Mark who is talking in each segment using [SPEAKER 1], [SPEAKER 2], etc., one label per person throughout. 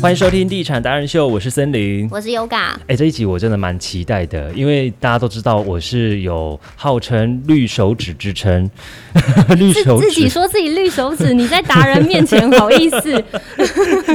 [SPEAKER 1] 欢迎收听《地产达人秀》，我是森林。
[SPEAKER 2] 我是 Yoga，
[SPEAKER 1] 哎、这一集我真的蛮期待的，因为大家都知道我是有号称“绿手指”之称， 绿
[SPEAKER 2] 自
[SPEAKER 1] 手
[SPEAKER 2] 自己
[SPEAKER 1] 指
[SPEAKER 2] 说自己绿手指， 你在达人面前好意 思？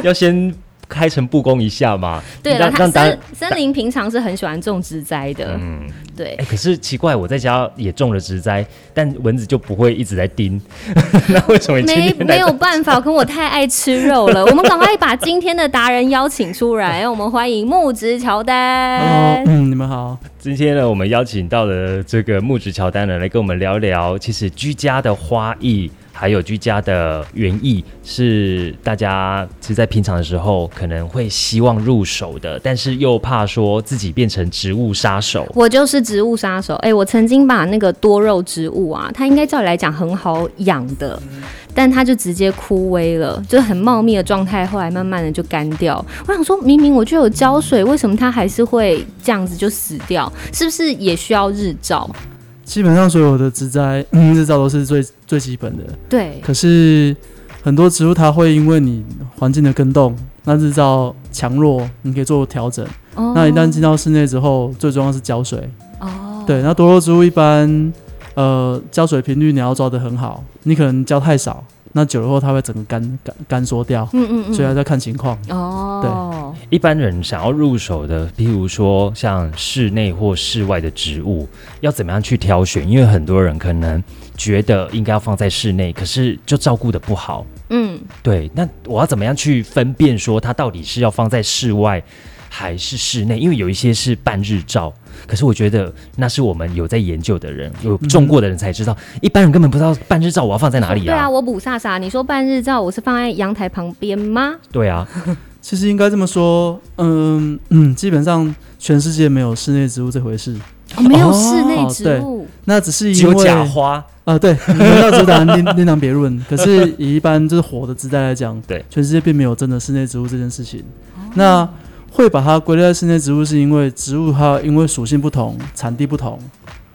[SPEAKER 1] 要先开诚布公一下嘛。
[SPEAKER 2] 对了，
[SPEAKER 1] 让
[SPEAKER 2] 他
[SPEAKER 1] 让大家
[SPEAKER 2] 森森林平常是很喜欢种植栽的，
[SPEAKER 1] 嗯，
[SPEAKER 2] 对
[SPEAKER 1] 哎、，可是奇怪，我在家也种了植栽，但蚊子就不会一直在叮， 那为哎什么你今
[SPEAKER 2] 没
[SPEAKER 1] 天
[SPEAKER 2] 没
[SPEAKER 1] 来
[SPEAKER 2] 有 办法，可我太爱吃肉了。我们赶快把今天的达人邀请出来，我们欢迎木植乔丹
[SPEAKER 3] Hello，。嗯，你们好。
[SPEAKER 1] 今天呢，我们邀请到了这个木质乔丹呢，来跟我们聊聊，其实居家的花艺，还有居家的园艺，是大家其实在平常的时候可能会希望入手的，但是又怕说自己变成植物杀手。
[SPEAKER 2] 我就是植物杀手。哎、我曾经把那个多肉植物啊，它应该照理来讲很好养的，但它就直接枯萎了，就是很茂密的状态，后来慢慢的就干掉。我想说，明明我就有浇水，为什么它还是会这样子就死掉？是不是也需要日照？
[SPEAKER 3] 基本上所有的植栽、 嗯、日照都是最最基本的，
[SPEAKER 2] 对，
[SPEAKER 3] 可是很多植物它会因为你环境的更动，那日照强弱你可以做调整。
[SPEAKER 2] 哦
[SPEAKER 3] 那一旦进到室内之后，最重要是浇水。
[SPEAKER 2] 哦，
[SPEAKER 3] 对，那多肉植物一般，呃，浇水频率你要抓得很好，你可能浇太少，那久了后它会整个干干干缩掉，
[SPEAKER 2] 嗯嗯嗯，
[SPEAKER 3] 所以还在看情况。
[SPEAKER 2] 哦，
[SPEAKER 1] 一般人想要入手的，譬如说像室内或室外的植物，要怎么样去挑选？因为很多人可能觉得应该要放在室内，可是就照顾的不好。
[SPEAKER 2] 嗯，
[SPEAKER 1] 对，那我要怎么样去分辨说它到底是要放在室外还是室内？因为有一些是半日照，可是我觉得那是我们有在研究的人、
[SPEAKER 3] 嗯
[SPEAKER 1] 有种过的人才知道，一般人根本不知道半日照我要放在哪里
[SPEAKER 2] 对啊，
[SPEAKER 1] 啊。
[SPEAKER 2] 我补萨萨，你说半日照，我是放在阳台旁边吗？
[SPEAKER 1] 对啊，
[SPEAKER 3] 其实应该这么说，嗯嗯，基本上全世界没有室内植物这回事。
[SPEAKER 2] 哦，没有室内
[SPEAKER 3] 哦
[SPEAKER 2] 植
[SPEAKER 3] 对
[SPEAKER 2] 物，
[SPEAKER 3] 那只是
[SPEAKER 1] 只
[SPEAKER 3] 因
[SPEAKER 1] 有
[SPEAKER 3] 为
[SPEAKER 1] 假花，
[SPEAKER 3] 啊，对，你们要知 道另另当别论。可是以一般就是火的时代来讲，
[SPEAKER 1] 对
[SPEAKER 3] 全世界并没有真的室内植物这件事情。那会把它归类在室内植物，是因为植物它因为属性不同、产地不同，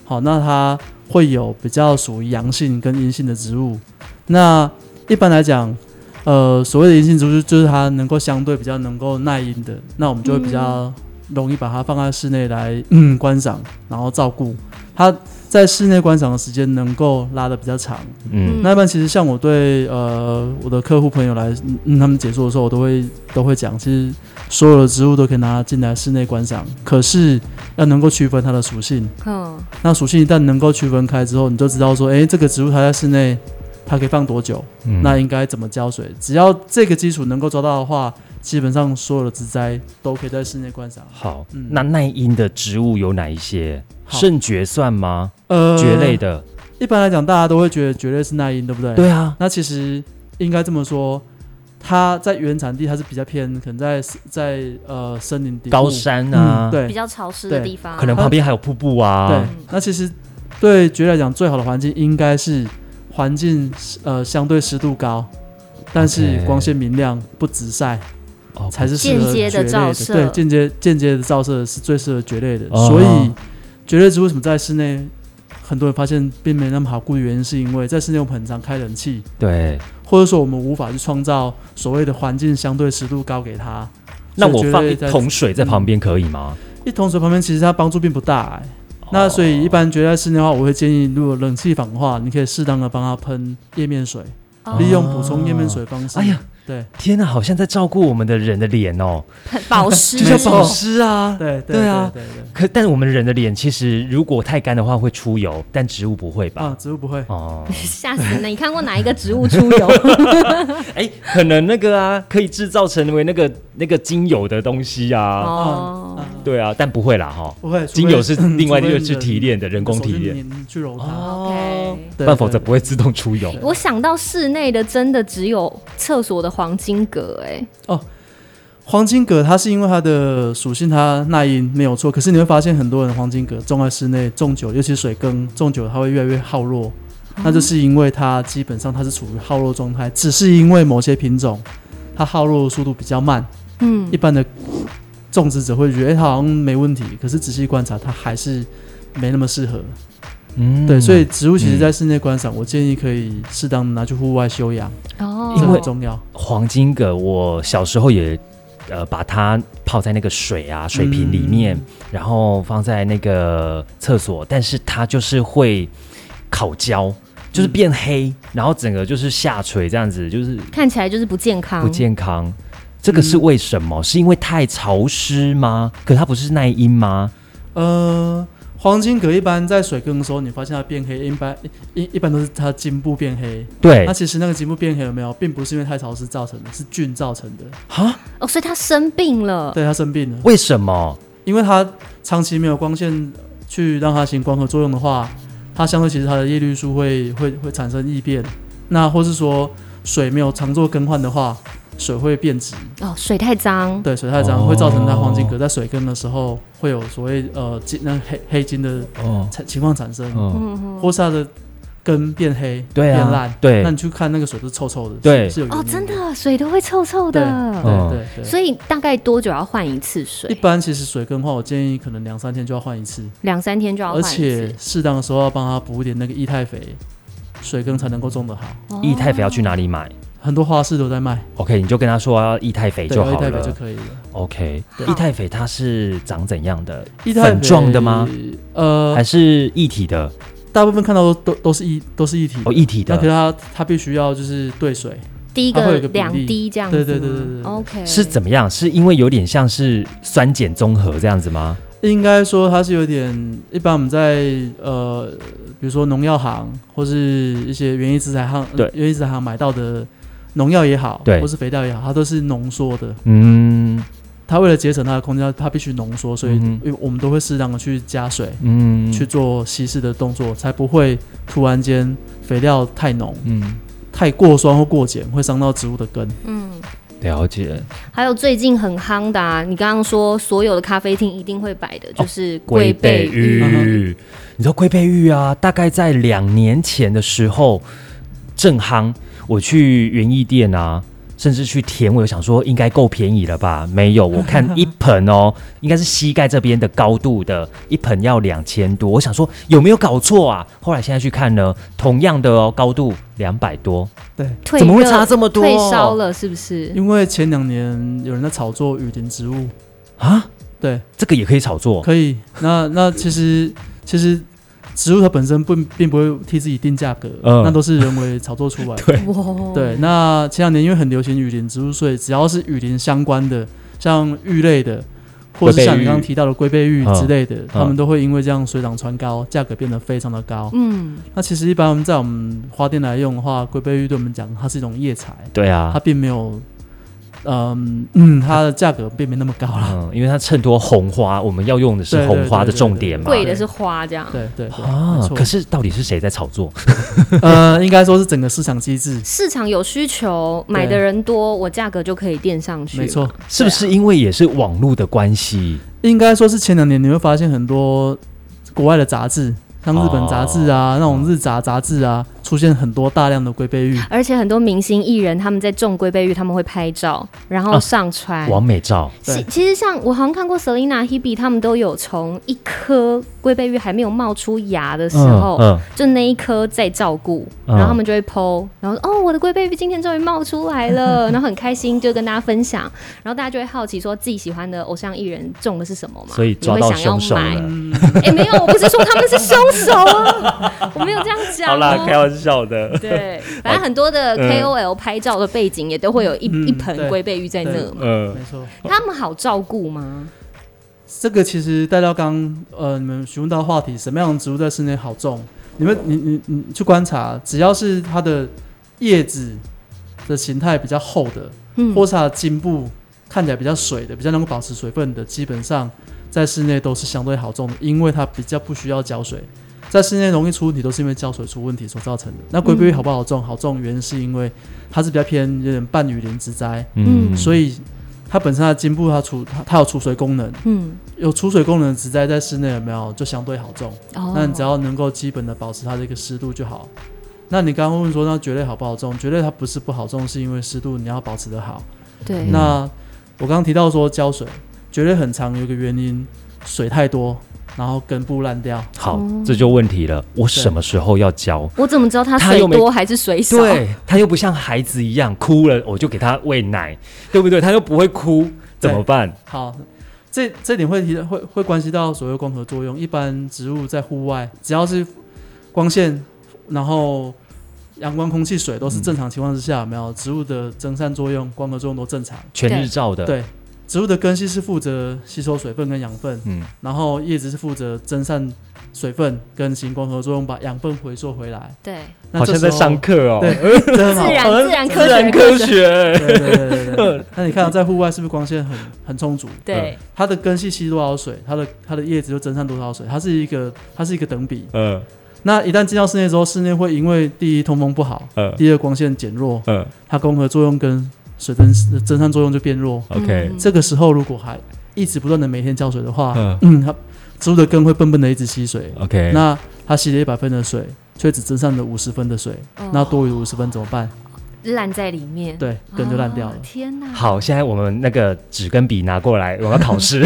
[SPEAKER 3] 好，那它会有比较属于阳性跟阴性的植物。那一般来讲，呃，所谓的阴性植物就是它能够相对比较能够耐阴的，那我们就会比较容易把它放在室内来 嗯观赏，然后照顾它在室内观赏的时间能够拉的比较长。
[SPEAKER 1] 嗯，
[SPEAKER 3] 那一般其实像我对呃我的客户朋友来、嗯嗯他们解说的时候，我都会都会讲，其实所有的植物都可以拿进来室内观赏，可是要能够区分它的属性。
[SPEAKER 2] 嗯，
[SPEAKER 3] 那属性一旦能够区分开之后，你就知道说，诶，这个植物它在室内它可以放多久，
[SPEAKER 1] 嗯
[SPEAKER 3] 那应该怎么浇水。只要这个基础能够抓到的话，基本上所有的植栽都可以在室内观赏。
[SPEAKER 1] 好
[SPEAKER 3] 嗯，
[SPEAKER 1] 那耐阴的植物有哪一些？
[SPEAKER 3] 好
[SPEAKER 1] 肾蕨算吗？
[SPEAKER 3] 呃，
[SPEAKER 1] 蕨类。的，
[SPEAKER 3] 一般来讲，大家都会觉得蕨类是耐阴，对不对？
[SPEAKER 1] 对啊，
[SPEAKER 3] 那其实应该这么说，它在原产地它是比较偏，可能在在呃森林底部
[SPEAKER 1] 高山啊
[SPEAKER 3] 嗯，，
[SPEAKER 2] 比
[SPEAKER 3] 对
[SPEAKER 2] 较潮湿的
[SPEAKER 3] 对
[SPEAKER 2] 地方，
[SPEAKER 1] 可能旁边还有瀑布啊
[SPEAKER 3] 对，。那其实对蕨类来讲，最好的环境应该是环境呃相对湿度高，但是
[SPEAKER 1] OK
[SPEAKER 3] 光线明亮不直晒
[SPEAKER 1] 哦
[SPEAKER 3] 才是适合
[SPEAKER 2] 间接的
[SPEAKER 3] 蕨类
[SPEAKER 2] 照射
[SPEAKER 3] 对，间接间接的照射是最适合蕨类的，
[SPEAKER 1] 哦
[SPEAKER 3] 所以蕨类植为什么在室内？很多人发现并没那么好顾的原因，是因为在室内我们很常开冷气，
[SPEAKER 1] 对，
[SPEAKER 3] 或者说我们无法去创造所谓的环境相对湿度高给它。
[SPEAKER 1] 那
[SPEAKER 3] 所
[SPEAKER 1] 我
[SPEAKER 3] 以蕨
[SPEAKER 1] 放
[SPEAKER 3] 类
[SPEAKER 1] 一
[SPEAKER 3] 在嗯
[SPEAKER 1] 桶水在旁边可以吗？
[SPEAKER 3] 一桶水旁边，其实它帮助并不大、欸。
[SPEAKER 1] 哦
[SPEAKER 3] 那所以一
[SPEAKER 1] 般。
[SPEAKER 3] 般蕨在室内的话，我会建议，如果冷气房的话，你可以适当的帮它喷叶面水，
[SPEAKER 2] 哦
[SPEAKER 3] 利用补充叶面水的方式。
[SPEAKER 1] 哎呀，
[SPEAKER 3] 对
[SPEAKER 1] 天呐，好像在照顾我们的人的脸哦，
[SPEAKER 2] 很保湿，
[SPEAKER 3] 就
[SPEAKER 1] 就
[SPEAKER 3] 像
[SPEAKER 1] 像保湿啊。
[SPEAKER 3] 对
[SPEAKER 1] 对啊
[SPEAKER 3] 对对
[SPEAKER 1] 可但我们人的脸其实如果太干的话会出油，但植物不会
[SPEAKER 3] 对啊
[SPEAKER 1] 吧？，
[SPEAKER 3] 植物不会。
[SPEAKER 1] 哦，
[SPEAKER 2] 吓死人了！你看过哪一个植物出油？
[SPEAKER 1] 哎，可能那个啊，可以制造成为那个那个精油的东西啊。
[SPEAKER 2] 哦，
[SPEAKER 3] 啊，
[SPEAKER 1] 对啊，但不会啦哈。
[SPEAKER 3] 不会。
[SPEAKER 1] 精油是
[SPEAKER 3] 除非
[SPEAKER 1] 另外一个
[SPEAKER 3] 除非
[SPEAKER 1] 是提炼的，人
[SPEAKER 3] 你的
[SPEAKER 1] 工
[SPEAKER 3] 手
[SPEAKER 1] 提
[SPEAKER 3] 去
[SPEAKER 1] 炼，
[SPEAKER 3] 拧去揉它，
[SPEAKER 1] 哦
[SPEAKER 2] OK
[SPEAKER 3] 对
[SPEAKER 1] 但否则
[SPEAKER 3] 对
[SPEAKER 1] 不会自动出油。
[SPEAKER 2] 我想到室内的真的只有厕所的黄金葛，哎，
[SPEAKER 3] 黄金葛它是因为它的属性它耐阴没有错，可是你会发现很多人黄金葛种在室内种久，尤其水耕种久，它会越来越耗弱。
[SPEAKER 2] 嗯
[SPEAKER 3] 那就是因为它基本上它是处于耗弱状态，只是因为某些品种它耗弱的速度比较慢，
[SPEAKER 2] 嗯
[SPEAKER 3] 一，般的种植者会觉得、诶它好像没问题，可是仔细观察它还是没那么适合。
[SPEAKER 1] 嗯
[SPEAKER 3] 对，所以植物其实在室内观赏，我建议可以适当地拿去户外休养，
[SPEAKER 2] 哦
[SPEAKER 3] 这
[SPEAKER 1] 因为
[SPEAKER 3] 很重要。
[SPEAKER 1] 黄金葛，我小时候也呃把它泡在那个水
[SPEAKER 3] 嗯
[SPEAKER 1] 啊水瓶里面，然后放在那个厕所，但是它就是会烤焦，就是变黑，
[SPEAKER 3] 嗯
[SPEAKER 1] 然后整个就是下垂这样子，就是
[SPEAKER 2] 看起来就是不健康。
[SPEAKER 1] 不健康。
[SPEAKER 3] 嗯
[SPEAKER 1] 这个是为什么？是因为太潮湿吗？可它不是耐阴吗？
[SPEAKER 3] 呃，黄金葛一般在水耕的时候，你发现它变黑，一般一一般都是它茎部变黑。
[SPEAKER 1] 对
[SPEAKER 3] 它，其实那个茎部变黑有没有，并不是因为太潮湿造成的，是菌造成的。
[SPEAKER 1] 哈，
[SPEAKER 2] 哦，所以他生病了。
[SPEAKER 3] 对，它生病了，
[SPEAKER 1] 为什么？
[SPEAKER 3] 因为它长期没有光线去让它行光合作用的话，它相对其实它的叶绿素会会会产生异变。那或是说水没有常做更换的话，水会变质。
[SPEAKER 2] 哦，水太脏。
[SPEAKER 3] 对，水太
[SPEAKER 1] 哦
[SPEAKER 3] 脏会造成它黄金葛在水根的时候会有所谓呃金那黑黑金的
[SPEAKER 1] 哦，
[SPEAKER 3] 产情况产生，
[SPEAKER 1] 嗯，
[SPEAKER 2] 嗯哼。
[SPEAKER 3] 或是它的根变黑、
[SPEAKER 1] 对
[SPEAKER 3] 变
[SPEAKER 1] 啊
[SPEAKER 3] 烂，。
[SPEAKER 1] 对
[SPEAKER 3] 那，你去看那个水都臭臭的，
[SPEAKER 1] 对
[SPEAKER 3] 是是有原
[SPEAKER 2] 哦，
[SPEAKER 3] 因
[SPEAKER 2] 真。的，水都会臭臭
[SPEAKER 1] 对
[SPEAKER 2] 的。
[SPEAKER 1] 哦
[SPEAKER 3] 对对对。
[SPEAKER 2] 所以大概多久要换一次
[SPEAKER 3] 一
[SPEAKER 2] 水？
[SPEAKER 3] 般其实水根的话，我建议可能两三天就要换一次，
[SPEAKER 2] 两三天就要换
[SPEAKER 3] 而
[SPEAKER 2] 一次。
[SPEAKER 3] 且适当的时候要帮它补一点那个液态肥，水根才能够种得好。
[SPEAKER 2] 哦
[SPEAKER 1] 液态肥要去哪里买
[SPEAKER 3] 很多花市都在卖，
[SPEAKER 1] ？OK，你就跟他说要液态肥
[SPEAKER 3] 对，
[SPEAKER 1] 就
[SPEAKER 3] 有液
[SPEAKER 1] 好
[SPEAKER 3] 态肥就
[SPEAKER 1] 了。
[SPEAKER 3] 可以了。
[SPEAKER 1] OK，
[SPEAKER 2] 好
[SPEAKER 1] 液态肥它是长怎样的？
[SPEAKER 3] 液态
[SPEAKER 1] 粉
[SPEAKER 3] 肥
[SPEAKER 1] 状的吗？
[SPEAKER 3] 呃
[SPEAKER 1] 还，是液体的？
[SPEAKER 3] 大部分看到都都都是液都是液体的
[SPEAKER 1] 哦，液体
[SPEAKER 3] 那可是
[SPEAKER 1] 的，
[SPEAKER 3] 它它必须要就是兑水，
[SPEAKER 2] 第一
[SPEAKER 3] 它会
[SPEAKER 2] 个
[SPEAKER 3] 有一个比例
[SPEAKER 2] 两滴这样子吗。
[SPEAKER 3] 对对对对对对
[SPEAKER 2] OK。
[SPEAKER 1] 是怎么样？是因为有点像是酸碱中和这样子吗？
[SPEAKER 3] 应该说它是有点，一般我们在呃，比如说农药行或是一些园艺食材行，
[SPEAKER 1] 对
[SPEAKER 3] 园艺食材行买到的农药也好，
[SPEAKER 1] 对
[SPEAKER 3] 或是肥料也好，它都是浓缩的。
[SPEAKER 1] 嗯
[SPEAKER 3] 它为了节省它的空间，它必须浓缩，所以
[SPEAKER 1] 嗯哼
[SPEAKER 3] 因为我们都会适当的去加水、
[SPEAKER 1] 嗯，
[SPEAKER 3] 去做稀释的动作，才不会突然间肥料太浓、
[SPEAKER 1] 嗯，
[SPEAKER 3] 太过酸或过碱，会伤到植物的根。
[SPEAKER 2] 嗯，
[SPEAKER 1] 了解。
[SPEAKER 2] 还有最近很夯的啊，你刚刚说所有的咖啡厅一定会摆的，
[SPEAKER 3] 哦
[SPEAKER 2] 就是
[SPEAKER 1] 龟
[SPEAKER 2] 龟
[SPEAKER 1] 背
[SPEAKER 2] 背
[SPEAKER 1] 玉，嗯你知道龟背玉啊？大概在两年前的时候正夯，我去园艺店啊，甚至去田尾，我想说应该够便宜了吧？没 有，我看一盆哦，应该是膝盖这边的高度的一盆要两千多，我想说有没有搞错啊？后来现在去看呢，同样的哦，高度两百多，
[SPEAKER 3] 对，
[SPEAKER 2] 退
[SPEAKER 1] 怎么会
[SPEAKER 2] 热
[SPEAKER 1] 差这么多
[SPEAKER 2] 退烧了是不是？
[SPEAKER 3] 因为前两年有人在炒作雨林植物，
[SPEAKER 1] 啊？
[SPEAKER 3] 对，
[SPEAKER 1] 这个也可以炒作，
[SPEAKER 3] 可以，那那其实其实植物它本身不并不会替自己定价格，
[SPEAKER 1] 嗯
[SPEAKER 3] 那都是人为炒作出来的。
[SPEAKER 1] 对
[SPEAKER 2] 哇，
[SPEAKER 3] 对，那前两年因为很流行雨林植物，所以只要是雨林相关的，像玉类的，或
[SPEAKER 1] 龟
[SPEAKER 3] 是
[SPEAKER 1] 背
[SPEAKER 3] 像你
[SPEAKER 1] 玉
[SPEAKER 3] 刚刚提到的龟背玉
[SPEAKER 1] 嗯
[SPEAKER 3] 之类的，他们都会因为这样水涨船高，价格变得非常的高。
[SPEAKER 2] 嗯，
[SPEAKER 3] 那其实一般我们在我们花店来用的话，龟背玉对我们讲，它是一种叶材，
[SPEAKER 1] 对
[SPEAKER 3] 它
[SPEAKER 1] 啊。
[SPEAKER 3] 并没有，嗯嗯，它的价格并没那么高啦。
[SPEAKER 1] 嗯，因为它衬托红花，我们要用的是
[SPEAKER 3] 对对
[SPEAKER 1] 红花的
[SPEAKER 3] 对对
[SPEAKER 1] 重
[SPEAKER 3] 对
[SPEAKER 1] 点嘛。
[SPEAKER 2] 贵的是花这样，
[SPEAKER 3] 对对对，
[SPEAKER 1] 啊
[SPEAKER 3] 没，错
[SPEAKER 1] 可是到底是谁在炒作？
[SPEAKER 3] 呃，应该说是整个市场机制，
[SPEAKER 2] 市场有需求，买的人多，我价格就可以垫上去。
[SPEAKER 3] 没错，，
[SPEAKER 1] 是不是因为也是网络的关系？
[SPEAKER 3] 应该说是前两年你会发现很多国外的杂志，像日本杂志啊，那种日杂杂志啊，出现很多大量的龟背玉。
[SPEAKER 2] 而且很多明星艺人他们在种龟背玉，他们会拍照，然后
[SPEAKER 1] 啊
[SPEAKER 2] 上传。
[SPEAKER 1] 完美照
[SPEAKER 2] 其
[SPEAKER 3] 对
[SPEAKER 2] 其实像我好像看过 Selina、Hebe 他们都有从一颗龟背玉还没有冒出芽的时候，
[SPEAKER 1] 嗯
[SPEAKER 2] 就那一颗在照顾，
[SPEAKER 1] 嗯
[SPEAKER 2] 然后他们就会剖，然后哦，我的龟背玉今天终于冒出来 了，然后很开心就跟大家分享，然后大家就会好奇说自己喜欢的偶像艺人种的是什么嘛，
[SPEAKER 1] 所以抓到
[SPEAKER 2] 你会想要
[SPEAKER 1] 凶手
[SPEAKER 2] 买
[SPEAKER 1] 了。
[SPEAKER 2] 哎、没有，我不是说他们是凶手啊，我没有这样讲、哦。
[SPEAKER 1] 玩笑嗯的。
[SPEAKER 2] 对，反正很多的 KOL 拍照的背景也都会有一、
[SPEAKER 3] 嗯
[SPEAKER 2] 一盆
[SPEAKER 3] 对
[SPEAKER 2] 龟背玉在那嘛，
[SPEAKER 1] 嗯，
[SPEAKER 3] 没错，
[SPEAKER 2] 他们好照顾吗？
[SPEAKER 3] 这个其实带到刚呃，你们询问到的话题，什么样的植物在室内好种？你们你你你去观察，只要是它的叶子的形态比较厚的，
[SPEAKER 2] 嗯，
[SPEAKER 3] 或是它的茎部看起来比较水的，比较能够保持水分的，基本上在室内都是相对好种的，因为它比较不需要浇水。在室内容易出问题，都是因为浇水出问题所造成的。那龟背玉好不好种？好种原因是因为它是比较偏有点半雨林植栽，
[SPEAKER 2] 嗯
[SPEAKER 3] 所
[SPEAKER 1] 以
[SPEAKER 3] 以它本身它的茎部它储它它有储水功能，
[SPEAKER 2] 嗯，
[SPEAKER 3] 有储水功能的植栽在室内有没有就相对好种。
[SPEAKER 2] 哦，
[SPEAKER 3] 那你只要能够基本的保持它的一个湿度就好。那你刚刚问说那蕨类好不好种？蕨类它不是不好种，是因为湿度你要保持的好。
[SPEAKER 2] 对，
[SPEAKER 3] 那我刚刚提到说浇水，蕨类很常有一个原因，水太多，然后根部烂掉。
[SPEAKER 1] 好，这就问题了。我什么时候要教？
[SPEAKER 2] 我怎么知道他
[SPEAKER 1] 他
[SPEAKER 2] 水
[SPEAKER 1] 又没
[SPEAKER 2] 多还是水少？
[SPEAKER 1] 对，他又不像孩子一样哭了，我就给他喂奶，对不对？他又不会哭，怎么办？
[SPEAKER 3] 好，这这点会提会会关系到所谓光合作用。一般植物在户外，只要是光线，然后阳光、空气、
[SPEAKER 1] 嗯
[SPEAKER 3] 水都是正常情况之下，有没有植物的蒸散作用、光合作用都正常。
[SPEAKER 1] 全日照的，
[SPEAKER 3] 对植物的根系是负责吸收水分跟养分，
[SPEAKER 1] 嗯，
[SPEAKER 3] 然后叶子是负责蒸散水分跟行光合作用，把养分回收回来。
[SPEAKER 2] 对，
[SPEAKER 3] 那
[SPEAKER 1] 好
[SPEAKER 3] 这
[SPEAKER 1] 像在
[SPEAKER 3] 时候
[SPEAKER 1] 上，课哦，
[SPEAKER 3] 对，真的好
[SPEAKER 2] 自然
[SPEAKER 1] 好像
[SPEAKER 2] 自然科
[SPEAKER 1] 自然
[SPEAKER 2] 学的
[SPEAKER 1] 科
[SPEAKER 2] 科学
[SPEAKER 1] 学，
[SPEAKER 3] 对对对对对对。那你看到啊在户外是不是光线很很充足？
[SPEAKER 2] 对，
[SPEAKER 3] 它的根系吸多少水，它的它的叶子就蒸散多少水，它是一个它是一个等比。
[SPEAKER 1] 嗯
[SPEAKER 3] 那一旦进到室内之后，室内会因为第一通风不好，
[SPEAKER 1] 嗯
[SPEAKER 3] 第二光线减弱，
[SPEAKER 1] 嗯
[SPEAKER 3] 它光合作用跟水蒸蒸散作用就变弱。
[SPEAKER 1] ，OK，
[SPEAKER 2] 嗯
[SPEAKER 3] 这个时候如果还一直不断的每天浇水的话，
[SPEAKER 1] 嗯
[SPEAKER 3] 嗯，它植物的根会笨笨的一直吸水，
[SPEAKER 1] OK，
[SPEAKER 3] 那它吸了一百分的水，却只蒸散了五十分的水，
[SPEAKER 2] 哦
[SPEAKER 3] 那多余五十分怎么办？
[SPEAKER 1] 嗯
[SPEAKER 2] 烂在里面，
[SPEAKER 3] 对，根就烂掉了
[SPEAKER 2] 哦。天 哪！
[SPEAKER 1] 好，现在我们那个纸跟笔拿过来，我要考试，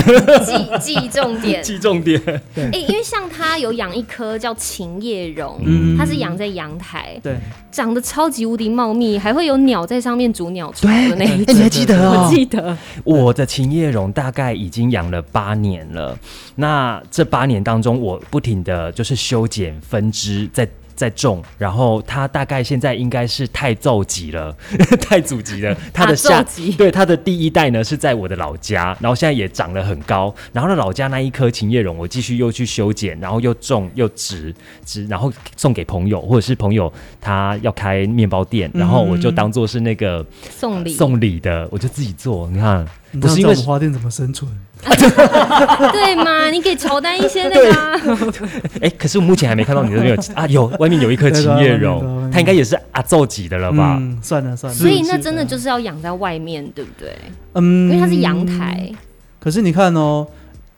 [SPEAKER 2] 记记重 点。
[SPEAKER 1] 记重点。
[SPEAKER 2] 哎、因为像它有养一棵叫琴叶榕，
[SPEAKER 3] 嗯
[SPEAKER 2] 它是养在阳台，
[SPEAKER 3] 对，
[SPEAKER 2] 长得超级无敌茂密，还会有鸟在上面筑鸟巢
[SPEAKER 1] 对
[SPEAKER 2] 的那一
[SPEAKER 1] 哎
[SPEAKER 2] 种。
[SPEAKER 1] 你还记得哦
[SPEAKER 2] 我记得，
[SPEAKER 1] 我的琴叶榕大概已经养了八年了。那这八年当中，我不停的就是修剪分支，在在种，然后它大概现在应该是太奏级了， 太祖级了。它的下
[SPEAKER 2] 大奏级
[SPEAKER 1] 对它的第一代呢是在我的老家，然后现在也长得很高。然后呢，老家那一棵琴叶榕，我继续又去修剪，然后又种又植植，然后送给朋友，或者是朋友他要开面包店，然后我就当做是那个。
[SPEAKER 2] 送礼，
[SPEAKER 1] 送礼的，我就自己做。你看，
[SPEAKER 3] 你
[SPEAKER 1] 不
[SPEAKER 3] 知道
[SPEAKER 1] 是因
[SPEAKER 3] 在
[SPEAKER 1] 为
[SPEAKER 3] 我们花店怎么生存？
[SPEAKER 2] 对嘛？你给乔丹一些那个、啊，
[SPEAKER 1] 哎、可是我目前还没看到你的那 个啊，有外面有一颗琴叶
[SPEAKER 3] 对啊对对对
[SPEAKER 1] 榕
[SPEAKER 3] 对，
[SPEAKER 1] 它应该也是阿奏级的了吧？
[SPEAKER 3] 嗯，算了算了。
[SPEAKER 2] 所以那真的就是要养在外面，对不对？
[SPEAKER 3] 嗯
[SPEAKER 2] 因为它是阳。台，
[SPEAKER 3] 可是你看哦，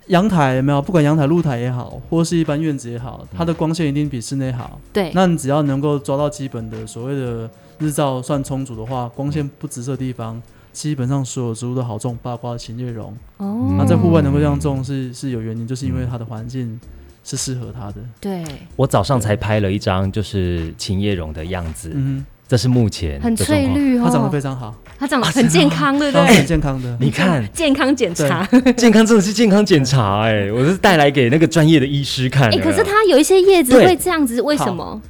[SPEAKER 3] 阳台有没有？不管阳台、露台也好，或是一般院子也
[SPEAKER 1] 嗯
[SPEAKER 3] 好，它的光线一定比室内好。
[SPEAKER 2] 对，
[SPEAKER 3] 那你只要能够抓到基本的所谓的日照算充足的话，
[SPEAKER 1] 嗯
[SPEAKER 3] 光线不直射的地方，基本上所有植物都好种，包括琴叶榕。
[SPEAKER 2] 哦
[SPEAKER 1] 嗯
[SPEAKER 3] 啊那在户外能够这样种是是有原因，就是因为它的环境是适合它的。
[SPEAKER 2] 对，
[SPEAKER 1] 我早上才拍了一张就是琴叶榕的样子，
[SPEAKER 3] 嗯，
[SPEAKER 1] 这是目前
[SPEAKER 2] 很
[SPEAKER 1] 的状
[SPEAKER 2] 翠
[SPEAKER 1] 况。
[SPEAKER 2] 绿哦，
[SPEAKER 3] 它长得非哦常好，
[SPEAKER 2] 它长得很健康，对不
[SPEAKER 3] 它
[SPEAKER 2] 对？
[SPEAKER 3] 很健康的。
[SPEAKER 1] 你看，
[SPEAKER 2] 健康检查，
[SPEAKER 1] 健康真的是健康检查哎、 我是带来给那个专业的医师看
[SPEAKER 2] 哎、
[SPEAKER 1] 的。
[SPEAKER 2] 可是它有一些叶子
[SPEAKER 1] 对
[SPEAKER 2] 会这样子，为什么？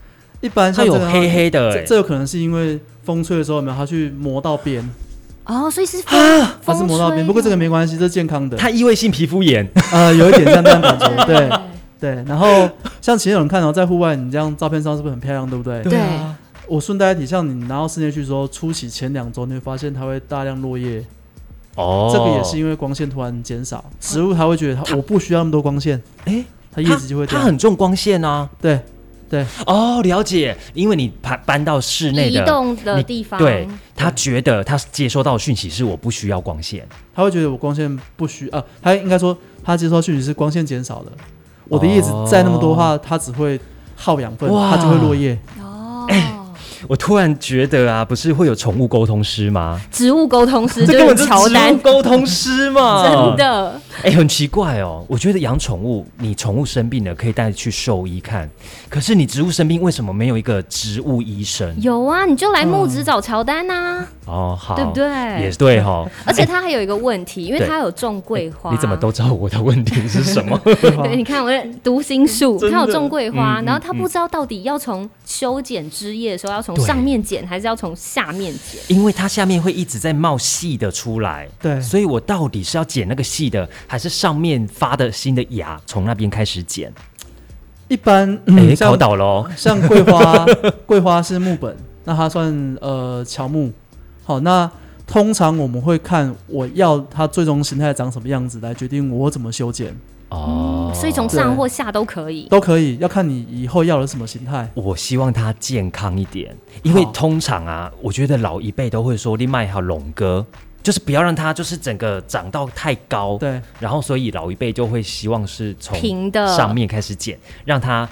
[SPEAKER 3] 一般
[SPEAKER 1] 它
[SPEAKER 3] 像
[SPEAKER 1] 有
[SPEAKER 3] 这个
[SPEAKER 1] 黑黑的、
[SPEAKER 3] 这
[SPEAKER 1] 哎
[SPEAKER 3] 这有可能是因为风吹的时候，有没有它去磨到边，
[SPEAKER 2] 哦，所以是
[SPEAKER 1] 啊
[SPEAKER 2] 风，
[SPEAKER 3] 它是磨到边。
[SPEAKER 2] 风
[SPEAKER 3] 不过这个
[SPEAKER 2] 吹
[SPEAKER 3] 没关系，这是健康的。
[SPEAKER 1] 它异位性皮肤炎，
[SPEAKER 3] 呃，有一点像这样感 觉，对
[SPEAKER 2] 对
[SPEAKER 3] 对。然后像前种看哦，在户外你这样照片上是不是很漂亮，对不对？
[SPEAKER 2] 对啊
[SPEAKER 3] 我顺带一提，像你拿到室内去的时候，初期前两周你会发现它会大量落叶，
[SPEAKER 1] 哦，
[SPEAKER 3] 这个也是因为光线突然减少，植物它会觉得它我不需要那么多光线，
[SPEAKER 1] 哎
[SPEAKER 3] 它叶子就会
[SPEAKER 1] 它
[SPEAKER 3] 掉
[SPEAKER 1] 它。很重光线啊。
[SPEAKER 3] 对对，
[SPEAKER 1] 哦，了解，因为你搬搬到室内
[SPEAKER 2] 移
[SPEAKER 1] 的
[SPEAKER 2] 动的
[SPEAKER 1] 你
[SPEAKER 2] 地方，
[SPEAKER 1] 对他觉得他接收到的讯息是我不需要光线，
[SPEAKER 3] 它会觉得我光线不需啊，它应该说它接收讯息是光线减少了，我的叶子再那么多的话，它只会耗养分，
[SPEAKER 1] 哦哇
[SPEAKER 3] 它就会落叶。
[SPEAKER 2] 哦，
[SPEAKER 1] 哎我突然觉得啊，不是会有宠物沟通师吗？
[SPEAKER 2] 植物沟通师
[SPEAKER 1] 这
[SPEAKER 2] 就
[SPEAKER 1] 根本就
[SPEAKER 2] 是
[SPEAKER 1] 是
[SPEAKER 2] 乔
[SPEAKER 1] 植
[SPEAKER 2] 丹
[SPEAKER 1] 物，沟通师嘛，
[SPEAKER 2] 真。的，
[SPEAKER 1] 哎、很奇怪哦，我觉得养宠物，你宠物生病了可以带去兽医看，可是你植物生病为什么没有一个植物医生？
[SPEAKER 2] 有啊，你就来木子找乔丹呐，
[SPEAKER 1] 哦，好，
[SPEAKER 2] 对不对
[SPEAKER 1] 也对 哈、哦。
[SPEAKER 2] 而且他还有一个问题，因为
[SPEAKER 1] 对
[SPEAKER 2] 他有种桂花，
[SPEAKER 1] 哎你怎么都知道我的问题是什么？
[SPEAKER 2] 对？你看我的读心术，
[SPEAKER 1] 真的
[SPEAKER 2] 他有种桂花，
[SPEAKER 1] 嗯嗯
[SPEAKER 2] 然后他不知道到底要从修剪枝叶的时候要从
[SPEAKER 1] 对
[SPEAKER 2] 上面剪还是要从下面剪，
[SPEAKER 1] 因为它下面会一直在冒细的出来，
[SPEAKER 3] 对
[SPEAKER 1] 所以我到底是要剪那个细的，还是上面发的新的芽从那边开始剪？
[SPEAKER 3] 一般
[SPEAKER 1] 哎、
[SPEAKER 3] 嗯，像
[SPEAKER 1] 考倒喽！
[SPEAKER 3] 像桂花，桂花是木本，那它算呃乔木。好，那通常我们会看我要它最终形态长什么样子，来决定我怎么修剪
[SPEAKER 1] 哦，
[SPEAKER 2] 所以从上或下都可以。
[SPEAKER 3] 都可以，要看你以后要的什么形态。
[SPEAKER 1] 我希望它健康一点，因为
[SPEAKER 3] 好
[SPEAKER 1] 通常啊，我觉得老一辈都会说你卖好龙哥，就是不要让它就是整个长到太高。，
[SPEAKER 3] 对，
[SPEAKER 1] 然后所以老一辈就会希望是从
[SPEAKER 2] 平的
[SPEAKER 1] 上面开始剪，让它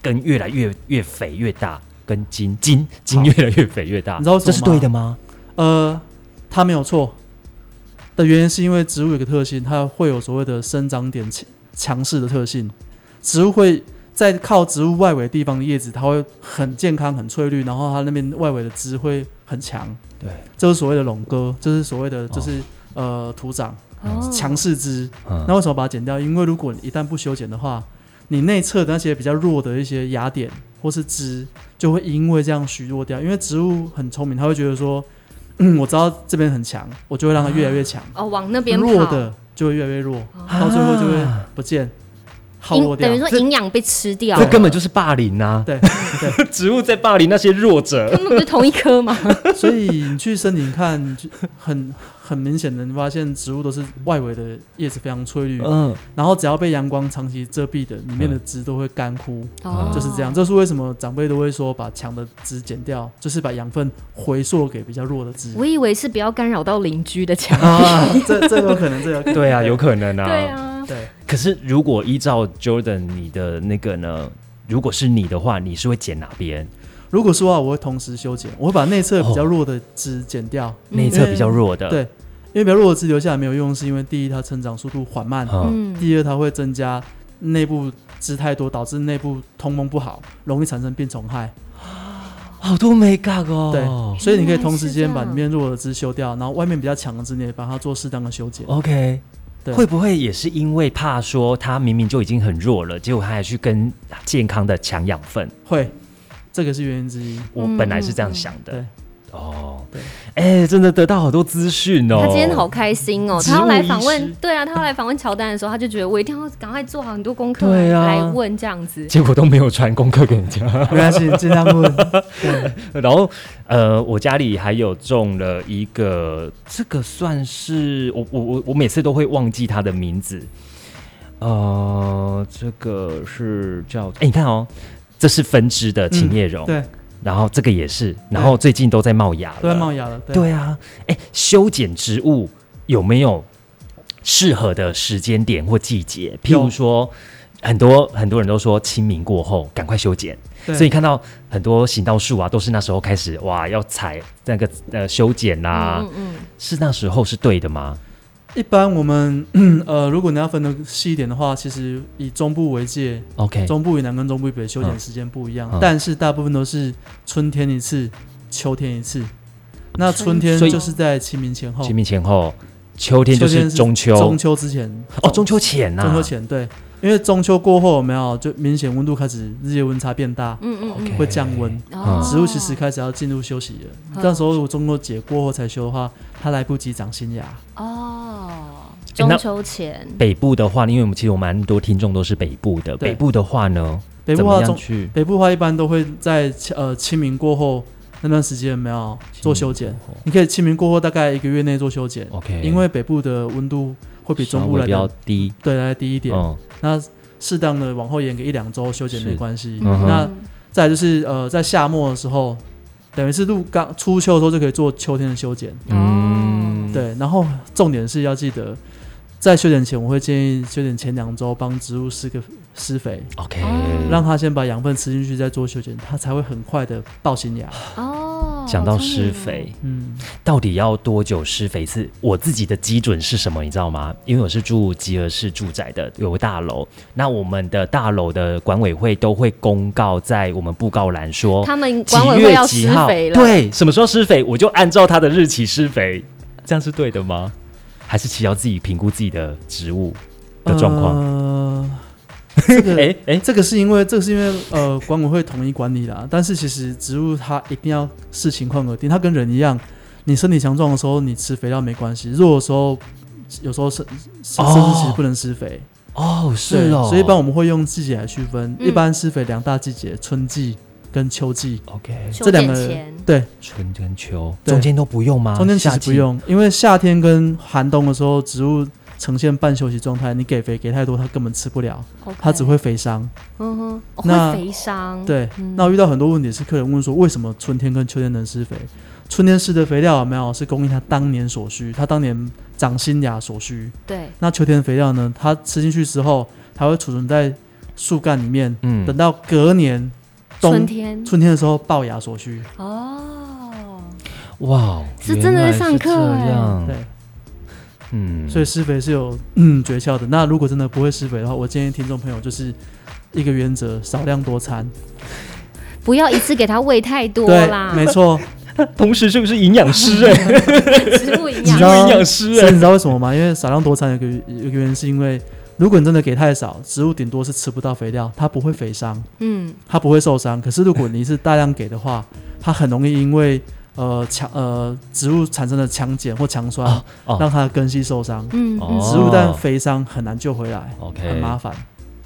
[SPEAKER 1] 根越来越越肥越大，根茎茎茎越来越肥越大。
[SPEAKER 3] 你知道为什么
[SPEAKER 1] 这
[SPEAKER 3] 吗
[SPEAKER 1] 是对的吗？
[SPEAKER 3] 呃，它没有错的原因是因为植物有个特性，它会有所谓的生长点强强势的特性，植物会。在靠植物外围地方的叶子，它会很健康、很翠绿，然后它那边外围的枝会很强，
[SPEAKER 1] 对，哦
[SPEAKER 3] 这是所谓的垄割，这是所谓的就是、呃土长。
[SPEAKER 2] 哦
[SPEAKER 3] 强势枝。
[SPEAKER 1] 嗯
[SPEAKER 3] 那为什么把它剪掉？因为如果你一旦不修剪的话，你内侧的那些比较弱的一些芽点或是枝，就会因为这样虚弱掉。因为植物很聪明，它会觉得说，嗯，我知道这边很强，我就会让它越来越强，
[SPEAKER 2] 哦，往那边
[SPEAKER 3] 弱
[SPEAKER 2] 跑，
[SPEAKER 3] 的就会越来越弱，到最后就会不见，耗
[SPEAKER 2] 营
[SPEAKER 3] 弱掉
[SPEAKER 2] 哦等于。说营养被吃掉
[SPEAKER 1] 这
[SPEAKER 2] 了，
[SPEAKER 1] 根本就是霸凌呐、
[SPEAKER 3] 对，
[SPEAKER 1] 啊！ 植物在霸凌那些弱者。
[SPEAKER 2] 根本不是同一颗嘛。
[SPEAKER 3] 所以你去森林看，就很很明显的，你发现植物都是外围的叶子非常翠绿，
[SPEAKER 1] 嗯，
[SPEAKER 3] 然后只要被阳光长期遮蔽的，里面的枝都会干枯。
[SPEAKER 1] 哦
[SPEAKER 3] 就是这样，这是为什么长辈都会说把强的枝剪掉，就是把养分回溯给比较弱的枝。
[SPEAKER 2] 我以为是不要干扰到邻居的墙。
[SPEAKER 3] 啊， 这这有可能，这有可能
[SPEAKER 1] 对啊，有可能啊。
[SPEAKER 2] 对啊，
[SPEAKER 3] 对，
[SPEAKER 1] 可是如果依照 Jordan 你的那个呢，如果是你的话，你是会剪哪边？
[SPEAKER 3] 如果说啊，我会同时修剪，我会把内侧
[SPEAKER 1] 哦
[SPEAKER 3] 比较弱的枝剪掉，
[SPEAKER 2] 嗯
[SPEAKER 1] 内侧比较弱的。
[SPEAKER 3] 对因为比较弱的枝留下来没有用，是因为第一它成长速度缓慢，
[SPEAKER 1] 嗯，
[SPEAKER 2] 嗯，
[SPEAKER 3] 第二它会增加内部枝太多，导致内部通风不好，容易产生病虫害。
[SPEAKER 1] 哦好多 make up 哦
[SPEAKER 3] 对，。所以你可以同时
[SPEAKER 2] 原来
[SPEAKER 3] 间
[SPEAKER 2] 是这
[SPEAKER 3] 把
[SPEAKER 2] 样
[SPEAKER 3] 里面弱的枝修掉，然后外面比较强的枝你也帮它做适当的修
[SPEAKER 1] 哦
[SPEAKER 3] 剪。
[SPEAKER 1] OK，
[SPEAKER 3] 对
[SPEAKER 1] 会不会也是因为怕说他明明就已经很弱了，结果他还去跟健康的抢养分？
[SPEAKER 3] 会，这个是原因之一。
[SPEAKER 1] 我
[SPEAKER 2] 嗯
[SPEAKER 1] 本来是这样想的。
[SPEAKER 3] 对
[SPEAKER 1] 哦，
[SPEAKER 3] 对，
[SPEAKER 1] 哎、真的得到好多资讯哦。
[SPEAKER 2] 他今天好开心哦，
[SPEAKER 1] 植物
[SPEAKER 2] 他要来访
[SPEAKER 1] 医师
[SPEAKER 2] 问，对啊，他要来访问乔丹的时候，他就觉得我一定要赶快做好很多功课
[SPEAKER 1] 对啊
[SPEAKER 2] 来问这样子。
[SPEAKER 1] 结果都没有传功课给人家。
[SPEAKER 3] 没关系，尽量 嗯问。
[SPEAKER 1] 然后呃，我家里还有种了一个，这个算是我我我我每次都会忘记它的名字。呃，这个是叫哎，你看哦，这是分支的琴叶榕，
[SPEAKER 3] 嗯对，
[SPEAKER 1] 然后这个也是，然后最近都在冒芽了，
[SPEAKER 3] 都在冒芽了。对，
[SPEAKER 1] 对啊，哎，修剪植物有没有适合的时间点或季节？譬如
[SPEAKER 3] 有
[SPEAKER 1] 说，很多很多人都说清明过后赶快修剪，
[SPEAKER 3] 对
[SPEAKER 1] 所以你看到很多行道树啊，都是那时候开始哇要采那个呃修剪啦、
[SPEAKER 2] 嗯嗯
[SPEAKER 1] 是那时候是对的吗？
[SPEAKER 3] 一般我们 呃，如果你要分的细一点的话，其实以中部为界，
[SPEAKER 1] OK，
[SPEAKER 3] 中部以南跟中部以北修
[SPEAKER 1] 嗯
[SPEAKER 3] 剪时间不一样
[SPEAKER 1] 哎嗯，
[SPEAKER 3] 但是大部分都是春天一次，秋天一次。那春天
[SPEAKER 1] 所以
[SPEAKER 3] 就是在清明前后，
[SPEAKER 1] 清明前后，秋天就
[SPEAKER 3] 秋
[SPEAKER 1] 是
[SPEAKER 3] 天是
[SPEAKER 1] 中秋，
[SPEAKER 3] 中秋之前
[SPEAKER 1] 哦，中秋前呐、
[SPEAKER 3] 中秋前对，因为中秋过后有没有就明显温度开始日夜温差变大，
[SPEAKER 2] 嗯嗯嗯
[SPEAKER 1] OK
[SPEAKER 3] 会降温。
[SPEAKER 1] 嗯
[SPEAKER 3] 植物其实开始要进入休息了
[SPEAKER 2] 嗯。
[SPEAKER 3] 到时候如果中秋节过后才修的话，它来不及长新芽。
[SPEAKER 2] 哦，
[SPEAKER 1] 那
[SPEAKER 2] 中秋前
[SPEAKER 1] 北部的话，因为我们其实我蛮多听众都是北部的，
[SPEAKER 3] 对
[SPEAKER 1] 北部的话呢，
[SPEAKER 3] 北
[SPEAKER 1] 怎
[SPEAKER 3] 部
[SPEAKER 1] 么
[SPEAKER 3] 花
[SPEAKER 1] 样
[SPEAKER 3] 中
[SPEAKER 1] 去
[SPEAKER 3] 北部花一般都会在呃清明过后那段时间有没有做修剪？你可以清明过后大概一个月内做修剪，
[SPEAKER 1] 嗯哦？OK，
[SPEAKER 3] 因为北部的温度会比中部来
[SPEAKER 1] 稍微比较
[SPEAKER 3] 的
[SPEAKER 1] 低，
[SPEAKER 3] 对来得低一点。
[SPEAKER 1] 嗯，
[SPEAKER 3] 那适当的往后延个一两周修剪
[SPEAKER 1] 是
[SPEAKER 3] 没关系。
[SPEAKER 1] 嗯哼
[SPEAKER 3] 那再来就是呃在夏末的时候，等于是入刚初秋的时候就可以做秋天的修剪。
[SPEAKER 1] 嗯，
[SPEAKER 3] 对，然后重点是要记得。在修剪前，我会建议修剪前两周帮植物施个施肥，
[SPEAKER 1] ，OK，
[SPEAKER 2] 哦
[SPEAKER 3] 让它先把养分吃进去，再做修剪，它才会很快的爆新芽。
[SPEAKER 2] 哦，
[SPEAKER 1] 讲到
[SPEAKER 2] 好聪明
[SPEAKER 1] 施
[SPEAKER 2] 哦
[SPEAKER 1] 肥，
[SPEAKER 3] 嗯，
[SPEAKER 1] 到底要多久施肥是？我自己的基准是什么？你知道吗？因为我是住集合式住宅的，有个大楼。那我们的大楼的管委会都会公告在我们布告栏说，
[SPEAKER 2] 他们
[SPEAKER 1] 几
[SPEAKER 2] 管委会
[SPEAKER 1] 月
[SPEAKER 2] 要
[SPEAKER 1] 几
[SPEAKER 2] 施
[SPEAKER 1] 号，
[SPEAKER 2] 肥了，，
[SPEAKER 1] 对，什么时候施肥，我就按照它的日期施肥，这样是对的吗？还是其实要自己评估自己的植物的状况？
[SPEAKER 3] 呃，这个，
[SPEAKER 1] 哎哎、
[SPEAKER 3] 这个是因为这个是因为呃，管委会统一管理啦。但是其实植物它一定要视情况而定，它跟人一样，你身体强壮的时候你吃肥料没关系，弱的时候有时候甚甚
[SPEAKER 1] 哦
[SPEAKER 3] 甚至其实不能施肥。
[SPEAKER 1] 哦，是
[SPEAKER 3] 对
[SPEAKER 1] 哦，
[SPEAKER 3] 所以一般我们会用季节来区分，
[SPEAKER 2] 嗯
[SPEAKER 3] 一般施肥两大季节，春季跟秋季。
[SPEAKER 1] OK，
[SPEAKER 2] 修
[SPEAKER 3] 这两
[SPEAKER 2] 剪
[SPEAKER 3] 个
[SPEAKER 2] 前
[SPEAKER 3] 对，
[SPEAKER 1] 春跟秋
[SPEAKER 3] 对
[SPEAKER 1] 中间都不用吗？
[SPEAKER 3] 中间其
[SPEAKER 1] 啊夏
[SPEAKER 3] 实
[SPEAKER 1] 季
[SPEAKER 3] 不用，因为夏天跟寒冬的时候，植物呈现半休息状态，你给肥给太多，它根本吃不了，
[SPEAKER 2] OK
[SPEAKER 3] 它只会肥伤。
[SPEAKER 2] 嗯哼，哦
[SPEAKER 3] 那
[SPEAKER 2] 会肥伤，
[SPEAKER 3] 对，
[SPEAKER 2] 嗯
[SPEAKER 3] 那我遇到很多问题是客人问说，为什么春天跟秋天能施肥？春天施的肥料有没有是供应它当年所需，它当年长新芽所需。
[SPEAKER 2] 对，
[SPEAKER 3] 那秋天的肥料呢，它吃进去之后，它会储存在树干里面，
[SPEAKER 1] 嗯
[SPEAKER 3] 等到隔年冬
[SPEAKER 2] 春天
[SPEAKER 3] 春天的时候爆芽所需。
[SPEAKER 2] 哦，
[SPEAKER 1] 哇，
[SPEAKER 2] 是
[SPEAKER 1] 原
[SPEAKER 2] 真的
[SPEAKER 1] 来
[SPEAKER 2] 在上
[SPEAKER 1] 是
[SPEAKER 2] 课
[SPEAKER 1] 这
[SPEAKER 2] 哎
[SPEAKER 1] 样，
[SPEAKER 3] 对，
[SPEAKER 1] 嗯，
[SPEAKER 3] 所以施肥是有嗯诀窍的。那如果真的不会施肥的话，我建议听众朋友就是一个原则：少量多餐。
[SPEAKER 2] 不要一次给它喂太多
[SPEAKER 3] 对，
[SPEAKER 2] 啦，
[SPEAKER 3] 没错，
[SPEAKER 1] 同时是不是营养师哎、
[SPEAKER 2] 植物营
[SPEAKER 3] 你
[SPEAKER 2] 养
[SPEAKER 3] 知道
[SPEAKER 1] 营养师哎、
[SPEAKER 3] 所以你知道为什么吗？因为少量多餐有个有个原因，是因为如果你真的给太少，植物顶多是吃不到肥料，它不会肥伤，
[SPEAKER 2] 嗯，
[SPEAKER 3] 它不会受伤。可是如果你是大量给的话，它很容易因为呃强呃植物产生的强碱或强酸，
[SPEAKER 1] 哦哦
[SPEAKER 3] 让它的根系受伤。
[SPEAKER 2] 嗯
[SPEAKER 1] 哦
[SPEAKER 3] 植物但肥伤很难救回来，
[SPEAKER 1] OK
[SPEAKER 3] 很麻烦。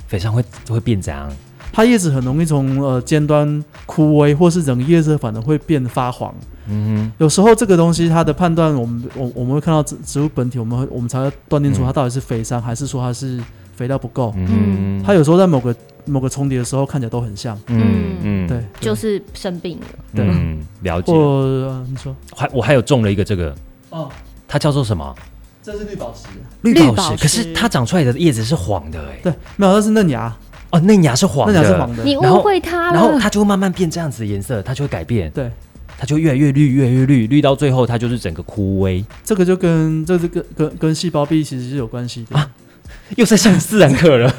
[SPEAKER 1] 肥上会会变怎样？
[SPEAKER 3] 它叶子很容易从呃尖端枯萎，或是整个叶子反而会变发黄。
[SPEAKER 1] 嗯
[SPEAKER 3] 有时候这个东西它的判断，我们我我们会看到植植物本体，我们会我们才会断定出
[SPEAKER 1] 嗯
[SPEAKER 3] 它到底是肥伤、还是说它是肥料不够
[SPEAKER 1] 哼。嗯
[SPEAKER 3] 它有时候在某个某个重叠的时候看起来都很像，
[SPEAKER 1] 嗯
[SPEAKER 3] 对，
[SPEAKER 2] 就是生病了。
[SPEAKER 3] 对
[SPEAKER 1] 嗯，了解
[SPEAKER 3] 或。呃你说
[SPEAKER 1] 还我还有中了一个这个，
[SPEAKER 3] 哦，
[SPEAKER 1] 它叫做什么？
[SPEAKER 3] 这是绿宝石，
[SPEAKER 1] 绿
[SPEAKER 2] 绿
[SPEAKER 1] 宝
[SPEAKER 2] 宝
[SPEAKER 1] 石。可是
[SPEAKER 2] 石
[SPEAKER 1] 它长出来的叶子是黄的哎、
[SPEAKER 3] 对，没有，那是嫩芽，
[SPEAKER 1] 哦，嫩芽是黄
[SPEAKER 3] 嫩
[SPEAKER 1] 的，
[SPEAKER 3] 芽是黄的，
[SPEAKER 2] 你
[SPEAKER 1] 然后
[SPEAKER 2] 误会他
[SPEAKER 1] 然后
[SPEAKER 2] 了，
[SPEAKER 1] 它就会慢慢变这样子的颜色，它就会改变，
[SPEAKER 3] 对，
[SPEAKER 1] 它就越来越绿，越来越绿，绿到最后它就是整个枯萎。
[SPEAKER 3] 这个就跟这是跟跟跟细胞壁其实是有关系的。
[SPEAKER 1] 啊又在上自然课了，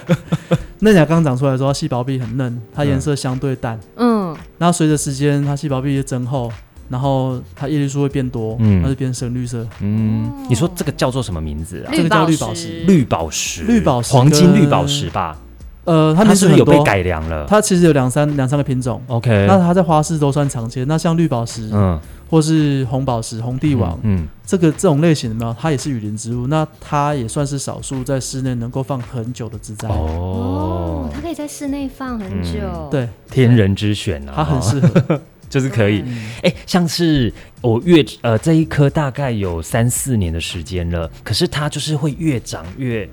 [SPEAKER 3] 嫩芽刚长出来的时候，它细胞壁很嫩，
[SPEAKER 1] 嗯
[SPEAKER 3] 它颜色相对淡，
[SPEAKER 2] 嗯，
[SPEAKER 3] 那随着时间，它细胞壁增厚，然后它叶绿素会变多，
[SPEAKER 1] 嗯
[SPEAKER 3] 它就变深绿色。
[SPEAKER 1] 嗯，你说这个叫做什么名字啊？
[SPEAKER 3] 这个叫绿
[SPEAKER 2] 绿
[SPEAKER 3] 宝
[SPEAKER 2] 宝
[SPEAKER 3] 石
[SPEAKER 2] 石，
[SPEAKER 1] 绿宝石，
[SPEAKER 3] 绿宝石
[SPEAKER 1] 黄金
[SPEAKER 3] 跟
[SPEAKER 1] 绿宝石吧？
[SPEAKER 3] 呃，它
[SPEAKER 1] 它
[SPEAKER 3] 名
[SPEAKER 1] 是
[SPEAKER 3] 字
[SPEAKER 1] 不
[SPEAKER 3] 很
[SPEAKER 1] 是有
[SPEAKER 3] 多，
[SPEAKER 1] 被改良了
[SPEAKER 3] 它其实有两三两三个品种。
[SPEAKER 1] ？OK，
[SPEAKER 3] 那它在花市都算常见。那像绿宝石、
[SPEAKER 1] 嗯，
[SPEAKER 3] 或是红宝石、红帝王、
[SPEAKER 1] 嗯，
[SPEAKER 3] 这个这种类型的呢，它也是雨林植物。那它也算是少数在室内能够放很久的植栽。
[SPEAKER 2] 哦
[SPEAKER 1] 哦，，
[SPEAKER 2] 它可以在室内放很久，，
[SPEAKER 3] 嗯对，
[SPEAKER 1] 天人之选啊，
[SPEAKER 3] 它很适合。
[SPEAKER 1] 就是可以。 哎、像是我越呃这一棵大概有三四年的时间了，可是它就是会越长越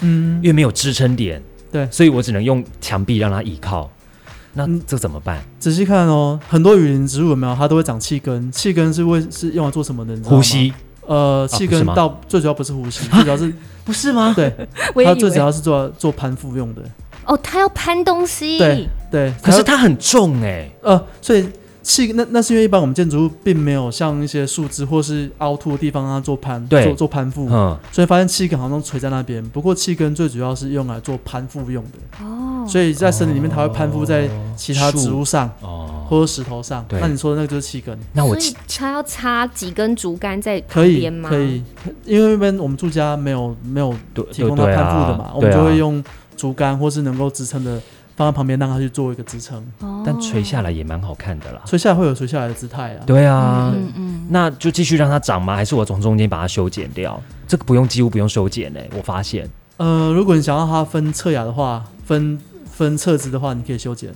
[SPEAKER 3] 嗯，
[SPEAKER 1] 越没有支撑点，
[SPEAKER 3] 对嗯
[SPEAKER 1] 所以我只能用墙壁让它依靠。那这怎么办？
[SPEAKER 3] 仔细看哦，很多雨林植物有没有？它都会长气根，气根是为是用来做什么的？你知道吗
[SPEAKER 1] 呼。吸啊
[SPEAKER 3] 呃，气
[SPEAKER 1] 不是
[SPEAKER 3] 根
[SPEAKER 1] 吗
[SPEAKER 3] 到、最主要不是呼吸，最主要是
[SPEAKER 1] 不是吗？
[SPEAKER 3] 对，
[SPEAKER 2] 我也
[SPEAKER 3] 它
[SPEAKER 2] 以
[SPEAKER 3] 最主
[SPEAKER 2] 为
[SPEAKER 3] 要是做做攀附用的，
[SPEAKER 2] 哦，它要攀东西，
[SPEAKER 3] 对对。
[SPEAKER 1] 可是
[SPEAKER 3] 它
[SPEAKER 1] 它很重哎、
[SPEAKER 3] 呃，所以气那那是因为一般我们建筑物并没有像一些树枝或是凹凸的地方让它做攀
[SPEAKER 1] 对
[SPEAKER 3] 做做攀附，
[SPEAKER 1] 嗯，
[SPEAKER 3] 所以发现气根好像垂在那边。不过气根最主要是用来做攀附用的，
[SPEAKER 2] 哦，
[SPEAKER 3] 所以在森林里面它会攀附在其他植物上
[SPEAKER 1] 哦，
[SPEAKER 3] 或者石头上。
[SPEAKER 1] 对
[SPEAKER 3] 那你说的那个就是气根。
[SPEAKER 1] 那我
[SPEAKER 2] 所以它要插几根竹竿在
[SPEAKER 3] 可
[SPEAKER 2] 旁
[SPEAKER 3] 以
[SPEAKER 2] 边吗？
[SPEAKER 3] 可以，因为那边我们住家没有没有
[SPEAKER 1] 对
[SPEAKER 3] 提供它
[SPEAKER 1] 对
[SPEAKER 3] 攀
[SPEAKER 1] 啊
[SPEAKER 3] 附的嘛，我
[SPEAKER 1] 对啊
[SPEAKER 3] 们就会用竹竿或是能够支撑的放在旁边，让它去做一个支撑。
[SPEAKER 2] 哦，
[SPEAKER 1] 但垂下来也蛮好看的啦。
[SPEAKER 3] 垂下来会有垂下来的姿态啊。
[SPEAKER 1] 对啊，
[SPEAKER 2] 嗯嗯，
[SPEAKER 1] 那就继续让它长吗？还是我从中间把它修剪掉？这个不用，几乎不用修剪嘞、我发现
[SPEAKER 3] 呃，如果你想让它分侧芽的话，分分侧枝的话，你可以修剪。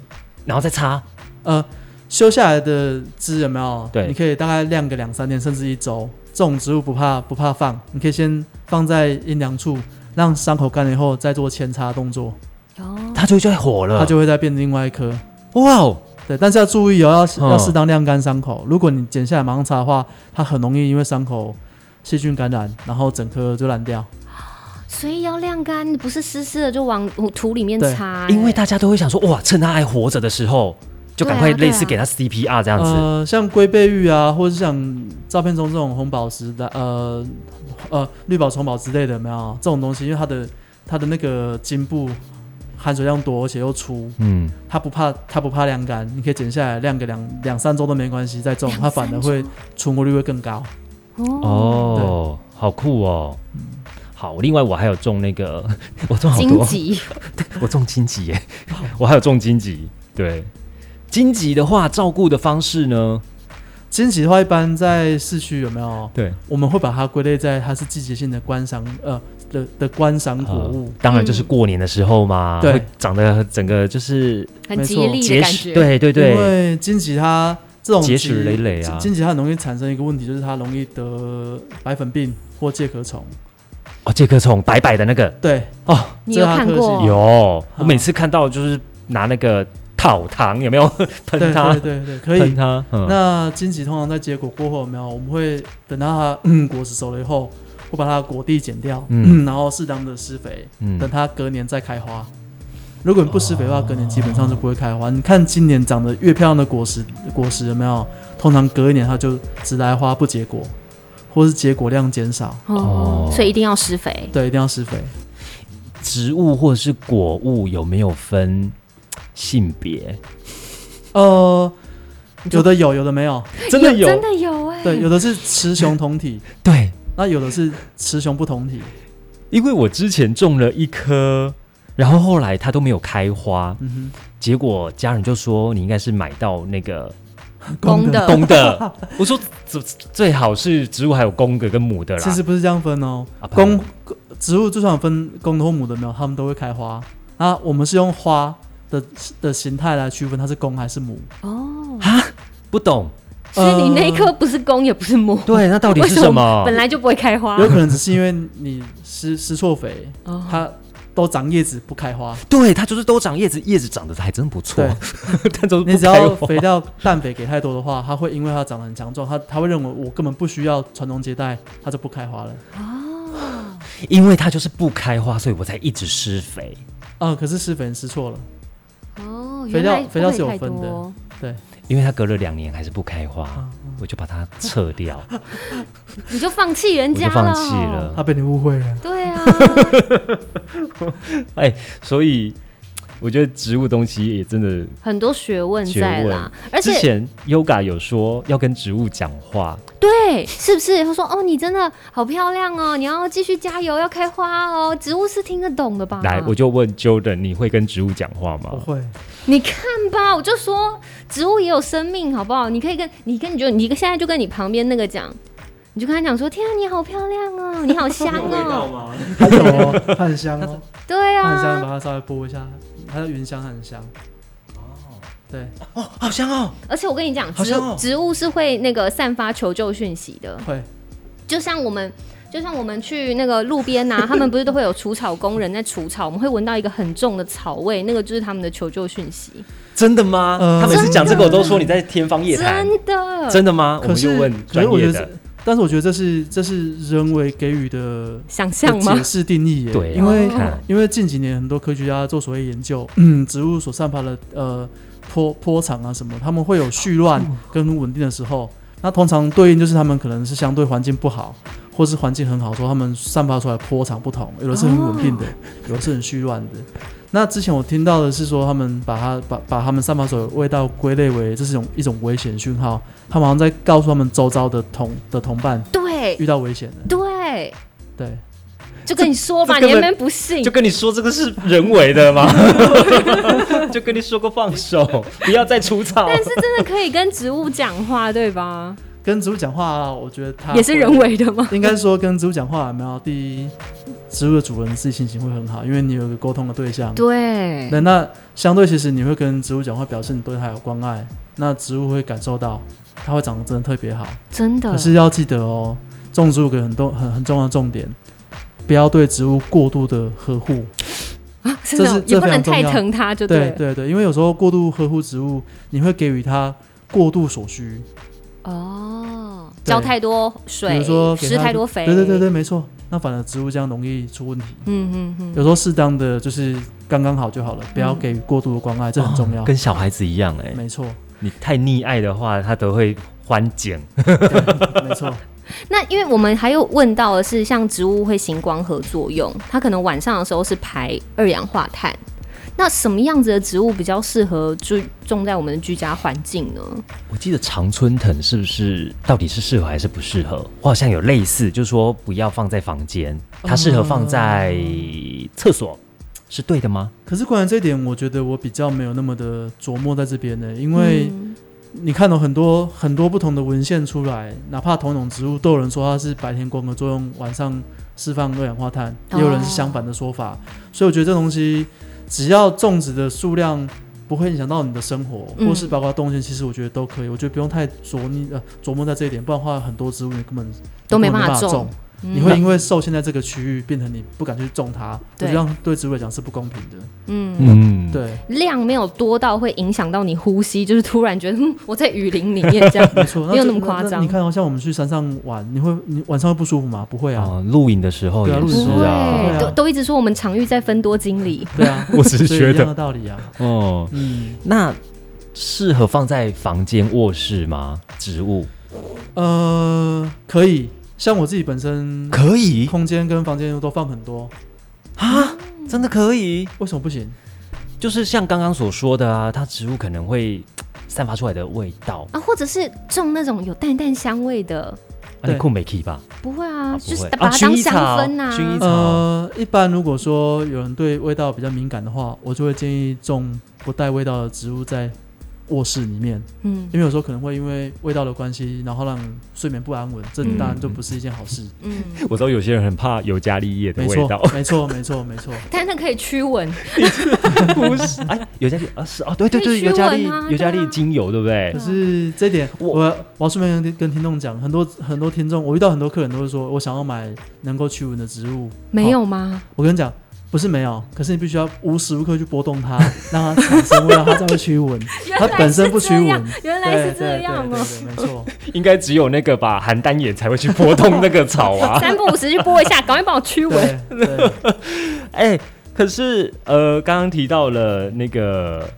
[SPEAKER 1] 然后再擦，
[SPEAKER 3] 呃，修下来的枝有没有？
[SPEAKER 1] 对
[SPEAKER 3] 你可以大概晾个两三天，甚至一周。这种植物不怕不怕放，你可以先放在阴凉处，让伤口干了以后再做扦插动作，
[SPEAKER 2] 哦，
[SPEAKER 1] 它就就会火了，
[SPEAKER 3] 它就会再变另外一颗。
[SPEAKER 1] 哇哦，
[SPEAKER 3] 对，但是要注意哦，要
[SPEAKER 1] 嗯
[SPEAKER 3] 要适当晾干伤口。如果你剪下来马上擦的话，它很容易因为伤口细菌感染，然后整颗就烂掉。
[SPEAKER 2] 所以要晾干，不是湿湿的就往土里面
[SPEAKER 3] 对
[SPEAKER 2] 插，欸
[SPEAKER 1] 因为
[SPEAKER 2] 它
[SPEAKER 1] 大家都会想说，哇，趁它还活着的时候，就赶快
[SPEAKER 2] 对啊对啊
[SPEAKER 1] 类似给它 CPR 这样子。
[SPEAKER 3] 呃，像龟背玉啊，或者是像照片中这种红宝石的，呃呃绿宝石、红宝石之类的，有没有这种东西，因为它的它的那个茎部含水量多，而且又粗，
[SPEAKER 1] 嗯，
[SPEAKER 3] 它不怕它不怕晾干，你可以剪下来晾个两两三周都没关系，再种
[SPEAKER 2] 两
[SPEAKER 3] 它反而
[SPEAKER 2] 三
[SPEAKER 3] 会存活率会更高。
[SPEAKER 2] 哦，
[SPEAKER 1] 哦，好酷哦。好，另外我还有种那个， 我种好
[SPEAKER 2] 荆
[SPEAKER 1] 多，
[SPEAKER 2] 棘，
[SPEAKER 1] 我种荆棘耶， 我还有种荆棘。对，荆棘的话，照顾的方式呢？
[SPEAKER 3] 金棘的话，一般在市区有没有？
[SPEAKER 1] 对，
[SPEAKER 3] 我们会把它归类在它是季节性的观赏呃的的观赏果物。
[SPEAKER 1] 呃当然就是过年的时候嘛，
[SPEAKER 3] 嗯对
[SPEAKER 1] 会长得整个就是
[SPEAKER 2] 很
[SPEAKER 3] 没
[SPEAKER 2] 吉
[SPEAKER 3] 错
[SPEAKER 2] 利的
[SPEAKER 1] 结
[SPEAKER 2] 感
[SPEAKER 1] 实，
[SPEAKER 2] 觉，，
[SPEAKER 1] 对对
[SPEAKER 3] 因
[SPEAKER 1] 对，
[SPEAKER 3] 为金棘它这种
[SPEAKER 1] 结石累累啊
[SPEAKER 3] 金棘它很容易产生一个问题，就是它容易得白粉病或介壳虫。
[SPEAKER 1] 哦，介壳虫白白的那个
[SPEAKER 3] 对，
[SPEAKER 1] 哦，
[SPEAKER 2] 你有
[SPEAKER 3] 这它
[SPEAKER 2] 看
[SPEAKER 3] 特
[SPEAKER 2] 过？哦
[SPEAKER 3] 性
[SPEAKER 1] 有，
[SPEAKER 3] 啊
[SPEAKER 1] 我每次看到就是拿那个讨糖有没 有
[SPEAKER 3] 对
[SPEAKER 1] 喷它
[SPEAKER 3] 对，对对，可
[SPEAKER 1] 喷
[SPEAKER 3] 以。
[SPEAKER 1] 它，嗯
[SPEAKER 3] 那金棘通常在结果过后有没有？我们会等到它嗯果实熟了以后，会把它的果蒂剪掉，
[SPEAKER 1] 嗯
[SPEAKER 3] 嗯，然后适当的施肥，
[SPEAKER 1] 嗯
[SPEAKER 3] 等它隔年再开花。如果你不施肥的话，隔年基本上就不会开花。你看今年长得越漂亮的果实，果实有没有？通常隔一年它就只来花不结果，或是结果量减少。
[SPEAKER 1] 哦
[SPEAKER 2] 哦，所以一定要施肥。
[SPEAKER 3] 对，一定要施肥。
[SPEAKER 1] 植物或者是果物有没有分性别？
[SPEAKER 3] 呃，有的有，有的没有。
[SPEAKER 1] 真的有
[SPEAKER 2] 真的有哎、
[SPEAKER 3] 对，有的是雌雄 同体，
[SPEAKER 1] 对，
[SPEAKER 3] 那有的是雌雄不同体。
[SPEAKER 1] 因为我之前种了一颗，然后后来它都没有开花，
[SPEAKER 3] 嗯
[SPEAKER 1] 结果家人就说你应该是买到那个
[SPEAKER 3] 哼，
[SPEAKER 2] 公的
[SPEAKER 1] 公的。呃 我说最最好是植物还有公的跟母的啦。
[SPEAKER 3] 其实不是这样分哦
[SPEAKER 1] 啊，不然
[SPEAKER 3] 公植物最常分公的或母的没有，它们都会开花。那我们是用花的的形态来区分它是公还是母。
[SPEAKER 2] 哦，
[SPEAKER 1] 不懂，
[SPEAKER 2] 所以你那一
[SPEAKER 3] 呃
[SPEAKER 2] 颗不是公也不是母，
[SPEAKER 1] 对，呃那到底
[SPEAKER 2] 为
[SPEAKER 1] 是什
[SPEAKER 2] 么
[SPEAKER 1] 么
[SPEAKER 2] 本？来就不会开
[SPEAKER 1] 啊
[SPEAKER 2] 花
[SPEAKER 3] 有？可能只是因为你施施错肥，
[SPEAKER 2] 哦
[SPEAKER 3] 它都长叶子不开花。
[SPEAKER 1] 对，它就是都长叶子，叶子长得还真不错
[SPEAKER 3] 对，
[SPEAKER 1] 但都是
[SPEAKER 3] 你
[SPEAKER 1] 不
[SPEAKER 3] 只
[SPEAKER 1] 开
[SPEAKER 3] 要
[SPEAKER 1] 花
[SPEAKER 3] 肥料氮肥给太多的话，它会因为它长得很强壮，它它会认为我根本不需要传宗接代，它就不开花了。
[SPEAKER 1] 因为它就是不开花，所以我才一直施肥。
[SPEAKER 3] 啊、可是施肥施错了，
[SPEAKER 2] 哦，
[SPEAKER 3] 肥
[SPEAKER 2] 原
[SPEAKER 3] 料
[SPEAKER 2] 来不
[SPEAKER 3] 肥料
[SPEAKER 2] 会
[SPEAKER 3] 是有
[SPEAKER 2] 太
[SPEAKER 3] 分的
[SPEAKER 2] 多
[SPEAKER 3] 对，
[SPEAKER 1] 因为它隔了两年还是不开花，我就把它撤掉，
[SPEAKER 2] 你就放弃人
[SPEAKER 1] 我
[SPEAKER 2] 家
[SPEAKER 1] 就
[SPEAKER 2] 了，
[SPEAKER 1] 放弃。了
[SPEAKER 3] 它。被你误会了。
[SPEAKER 2] 对啊，
[SPEAKER 1] 哎所以我觉得植物东西也真的
[SPEAKER 2] 很多学问在啦，而
[SPEAKER 1] 之
[SPEAKER 2] 且
[SPEAKER 1] 前 Yoga 有说要跟植物讲话，
[SPEAKER 2] 对，是不是？他说哦，你真的好漂亮哦，你要继续加油，要开花哦。植物是听得懂的吧？
[SPEAKER 1] 来，我就问 Jordan，你会跟植物讲话
[SPEAKER 3] 不
[SPEAKER 1] 吗？
[SPEAKER 3] 会，
[SPEAKER 2] 你看吧，我就说植物也有生命，好不好？你可以跟你跟你就你现在就跟你旁边那个讲，你就跟他讲说：天啊，你好漂亮哦，你好香 哦。
[SPEAKER 3] 吗？它有哦，它很香哦，
[SPEAKER 2] 对
[SPEAKER 3] 它很香，
[SPEAKER 2] 啊，
[SPEAKER 3] 把它稍微拨一下，它的云香它很香。哦，对，
[SPEAKER 1] 好香哦！
[SPEAKER 2] 而且我跟你讲，
[SPEAKER 1] 好
[SPEAKER 2] 植
[SPEAKER 1] 香哦
[SPEAKER 2] 植物是会那个散发求救讯息的，
[SPEAKER 3] 会，
[SPEAKER 2] 就像我们。就像我们去那个路边 呐、他们不是都会有除草工人在除草，我们会闻到一个很重的草味，那个就是他们的求救讯息。
[SPEAKER 1] 真的吗？
[SPEAKER 3] 呃
[SPEAKER 1] 他每次讲这个，我都说你在天方夜谭。
[SPEAKER 2] 真的，
[SPEAKER 1] 真的吗？我
[SPEAKER 3] 可
[SPEAKER 1] 们就是问
[SPEAKER 3] 可是
[SPEAKER 1] 专
[SPEAKER 3] 我
[SPEAKER 1] 业
[SPEAKER 3] 觉
[SPEAKER 1] 的
[SPEAKER 3] 得这，，但是我觉得这是这是人为给予的
[SPEAKER 2] 想
[SPEAKER 3] 的
[SPEAKER 2] 象吗
[SPEAKER 3] 解？释定义耶。
[SPEAKER 1] 对啊
[SPEAKER 3] 因为
[SPEAKER 1] 你看
[SPEAKER 3] 因为近几年很多科学家做所谓研究，嗯，植物所散发的呃波波长啊什么，他们会有絮乱跟稳定的时候，那通常对应就是他们可能是相对环境不好，或是环境很好的时候，他们散发出来的波长不同，有的是很稳定的，有的是很絮乱的。那之前我听到的是说，他们把它把把他们散发所有味道归类为这是一种一种危险讯号，他们好像在告诉他们周遭的同的同伴
[SPEAKER 2] 对
[SPEAKER 3] 遇到危险了。
[SPEAKER 2] 对，
[SPEAKER 3] 对，
[SPEAKER 2] 就跟你说吧，
[SPEAKER 1] 这
[SPEAKER 2] 你
[SPEAKER 1] 根
[SPEAKER 2] 那
[SPEAKER 1] 本
[SPEAKER 2] 边不信
[SPEAKER 1] 就，跟你说这个是人为的吗？ 就跟你说过放手，不要再除草。
[SPEAKER 2] 但是真的可以跟植物讲话，对吧？
[SPEAKER 3] 跟植物讲话、我觉得它
[SPEAKER 2] 也是
[SPEAKER 3] 会
[SPEAKER 2] 人为的吗？
[SPEAKER 3] 应该说跟植物讲话有没有？第一，植物的主人自己心情会很好，因为你有一个沟通的对象。
[SPEAKER 2] 对，
[SPEAKER 3] 那那相对其实你会跟植物讲话，表示你对它有关爱，那植物会感受到，它会长得真的特别好。
[SPEAKER 2] 真的
[SPEAKER 3] 可是要记得哦，种植物有个很多很很重要的重点，不要对植物过度的呵护。
[SPEAKER 2] 啊真的
[SPEAKER 3] 这是
[SPEAKER 2] 也不
[SPEAKER 3] 这非
[SPEAKER 2] 能
[SPEAKER 3] 常重
[SPEAKER 2] 太
[SPEAKER 3] 要
[SPEAKER 2] 疼它，就
[SPEAKER 3] 对
[SPEAKER 2] 了。
[SPEAKER 3] 对对，因为有时候过度呵护植物，你会给予它过度所需。
[SPEAKER 2] 哦，
[SPEAKER 3] 对
[SPEAKER 2] 浇太多
[SPEAKER 3] 比
[SPEAKER 2] 水
[SPEAKER 3] 如说，给
[SPEAKER 2] 施
[SPEAKER 3] 它
[SPEAKER 2] 太多肥，
[SPEAKER 3] 对对对对，没错。那反而植物这样容易出问题。
[SPEAKER 2] 嗯，嗯嗯
[SPEAKER 3] 有时候适当的就是刚刚好就好了，不要给予过度的关爱，这很重要。
[SPEAKER 2] 哦
[SPEAKER 1] 跟小孩子一样哎、
[SPEAKER 3] 没错，
[SPEAKER 1] 你太溺爱的话，他都会欢减。
[SPEAKER 3] 没错，
[SPEAKER 2] 那因为我们还有问到的是，像植物会行光合作用，它可能晚上的时候是排二氧化碳。那什么样子的植物比较适合居种在我们的居家环境呢？
[SPEAKER 1] 我记得常春藤是不是到底是适合还是不适合？我好像有类似，就是说不要放在房间，它适合放在厕所，是对的吗？
[SPEAKER 3] 可是关于这一点，我觉得我比较没有那么的琢磨在这边呢，因为
[SPEAKER 2] 嗯
[SPEAKER 3] 你看到很多很多不同的文献出来，哪怕同种植物，都有人说它是白天光合作用，晚上释放二氧化碳，也有人是相反的说法。所以我觉得这东西，只要种植的数量不会影响到你的生活，
[SPEAKER 2] 嗯
[SPEAKER 3] 或是包括动线，其实我觉得都可以。我觉得不用太琢泥呃琢磨在这一点，不然的话，很多植物你根本
[SPEAKER 2] 都没
[SPEAKER 3] 根本
[SPEAKER 2] 办
[SPEAKER 3] 没
[SPEAKER 2] 法
[SPEAKER 3] 办法
[SPEAKER 2] 种
[SPEAKER 3] 种。嗯你会因为受限在这个区域，变成你不敢去种它，
[SPEAKER 2] 对
[SPEAKER 3] 我觉得这样对植物来讲是不公平的。
[SPEAKER 2] 嗯，
[SPEAKER 1] 嗯，
[SPEAKER 3] 对，
[SPEAKER 2] 量没有多到会影响到你呼吸，就是突然觉得、嗯、我在雨林里面这 样。
[SPEAKER 3] 没错，
[SPEAKER 2] 没有
[SPEAKER 3] 就
[SPEAKER 2] 那么夸张
[SPEAKER 3] 你看哦，像我们去山上玩，你会你晚上会不舒服吗？不会啊，
[SPEAKER 1] 啊，录影的时候
[SPEAKER 3] 对啊
[SPEAKER 1] 也
[SPEAKER 3] 录
[SPEAKER 1] 是
[SPEAKER 3] 影的时候对
[SPEAKER 1] 啊
[SPEAKER 3] 啊，
[SPEAKER 2] 都都一直说我们常遇在分多精里，
[SPEAKER 3] 对啊，
[SPEAKER 1] 我 只是
[SPEAKER 3] 所以
[SPEAKER 1] 觉
[SPEAKER 3] 一样
[SPEAKER 1] 得
[SPEAKER 3] 的道 理啊。
[SPEAKER 1] 哦，
[SPEAKER 3] 嗯，
[SPEAKER 1] 那适合放在房间、卧室吗？植物
[SPEAKER 3] 呃，可以，像我自己本身
[SPEAKER 1] 可以，
[SPEAKER 3] 空间跟房间都放很多，
[SPEAKER 1] 啊真的可以。
[SPEAKER 3] 为什么不行？
[SPEAKER 1] 就是像刚刚所说的啊，它植物可能会散发出来的味道。
[SPEAKER 2] 啊，或者是种那种有淡淡香味的，
[SPEAKER 1] 啊、你
[SPEAKER 3] 对
[SPEAKER 1] 酷美 key 吧？
[SPEAKER 2] 不会啊，
[SPEAKER 1] 啊不
[SPEAKER 2] 就
[SPEAKER 1] 会
[SPEAKER 2] 是
[SPEAKER 1] 啊
[SPEAKER 2] 把它
[SPEAKER 1] 薰
[SPEAKER 2] 当
[SPEAKER 1] 衣
[SPEAKER 2] 香
[SPEAKER 1] 草
[SPEAKER 2] 氛啊呐、
[SPEAKER 1] 薰衣草
[SPEAKER 3] 呃，一般如果说有人对味道比较敏感的话，我就会建议种不带味道的植物在卧室里面，
[SPEAKER 2] 嗯
[SPEAKER 3] 因为有时候可能会因为味道的关系，然后让你睡眠不安稳，这
[SPEAKER 2] 嗯
[SPEAKER 3] 当然就不是一件好事。
[SPEAKER 2] 嗯，
[SPEAKER 1] 我知道有些人很怕尤加利叶的
[SPEAKER 3] 没
[SPEAKER 1] 味
[SPEAKER 3] 错，
[SPEAKER 1] 道，
[SPEAKER 3] 没错，没错，没错。
[SPEAKER 2] 但那可以驱蚊，
[SPEAKER 1] 不是？哎，尤加利啊，是啊，对对
[SPEAKER 2] 可
[SPEAKER 1] 对，
[SPEAKER 2] 以驱
[SPEAKER 1] 尤加
[SPEAKER 2] 蚊
[SPEAKER 1] 利
[SPEAKER 2] 啊
[SPEAKER 1] 尤加
[SPEAKER 2] 对
[SPEAKER 1] 利
[SPEAKER 2] 啊
[SPEAKER 1] 精油，对不对
[SPEAKER 3] 可？是这点，
[SPEAKER 1] 我
[SPEAKER 3] 我我要顺便跟跟听众讲，很多很多听众，我遇到很多客人都会说，我想要买能够驱蚊的植物。
[SPEAKER 2] 没有吗？
[SPEAKER 3] 我跟你讲，不是没有，可是你必须要无时无刻去波动它，让它产生味道，它才会驱蚊。
[SPEAKER 2] 原
[SPEAKER 3] 它
[SPEAKER 2] 来
[SPEAKER 3] 本身
[SPEAKER 2] 是
[SPEAKER 3] 不
[SPEAKER 2] 这
[SPEAKER 3] 驱
[SPEAKER 2] 样
[SPEAKER 3] 蚊，
[SPEAKER 2] 原来
[SPEAKER 3] 对
[SPEAKER 2] 是这
[SPEAKER 3] 对对
[SPEAKER 2] 样
[SPEAKER 3] 对
[SPEAKER 2] 哦。
[SPEAKER 3] 对，没 错。
[SPEAKER 1] 应该只有那个吧，邯郸眼才会去拨动那个草 啊。
[SPEAKER 2] 三不五时去播一下，赶快帮我驱蚊。
[SPEAKER 3] 对对，
[SPEAKER 1] 哎、可是呃，刚刚提到了那个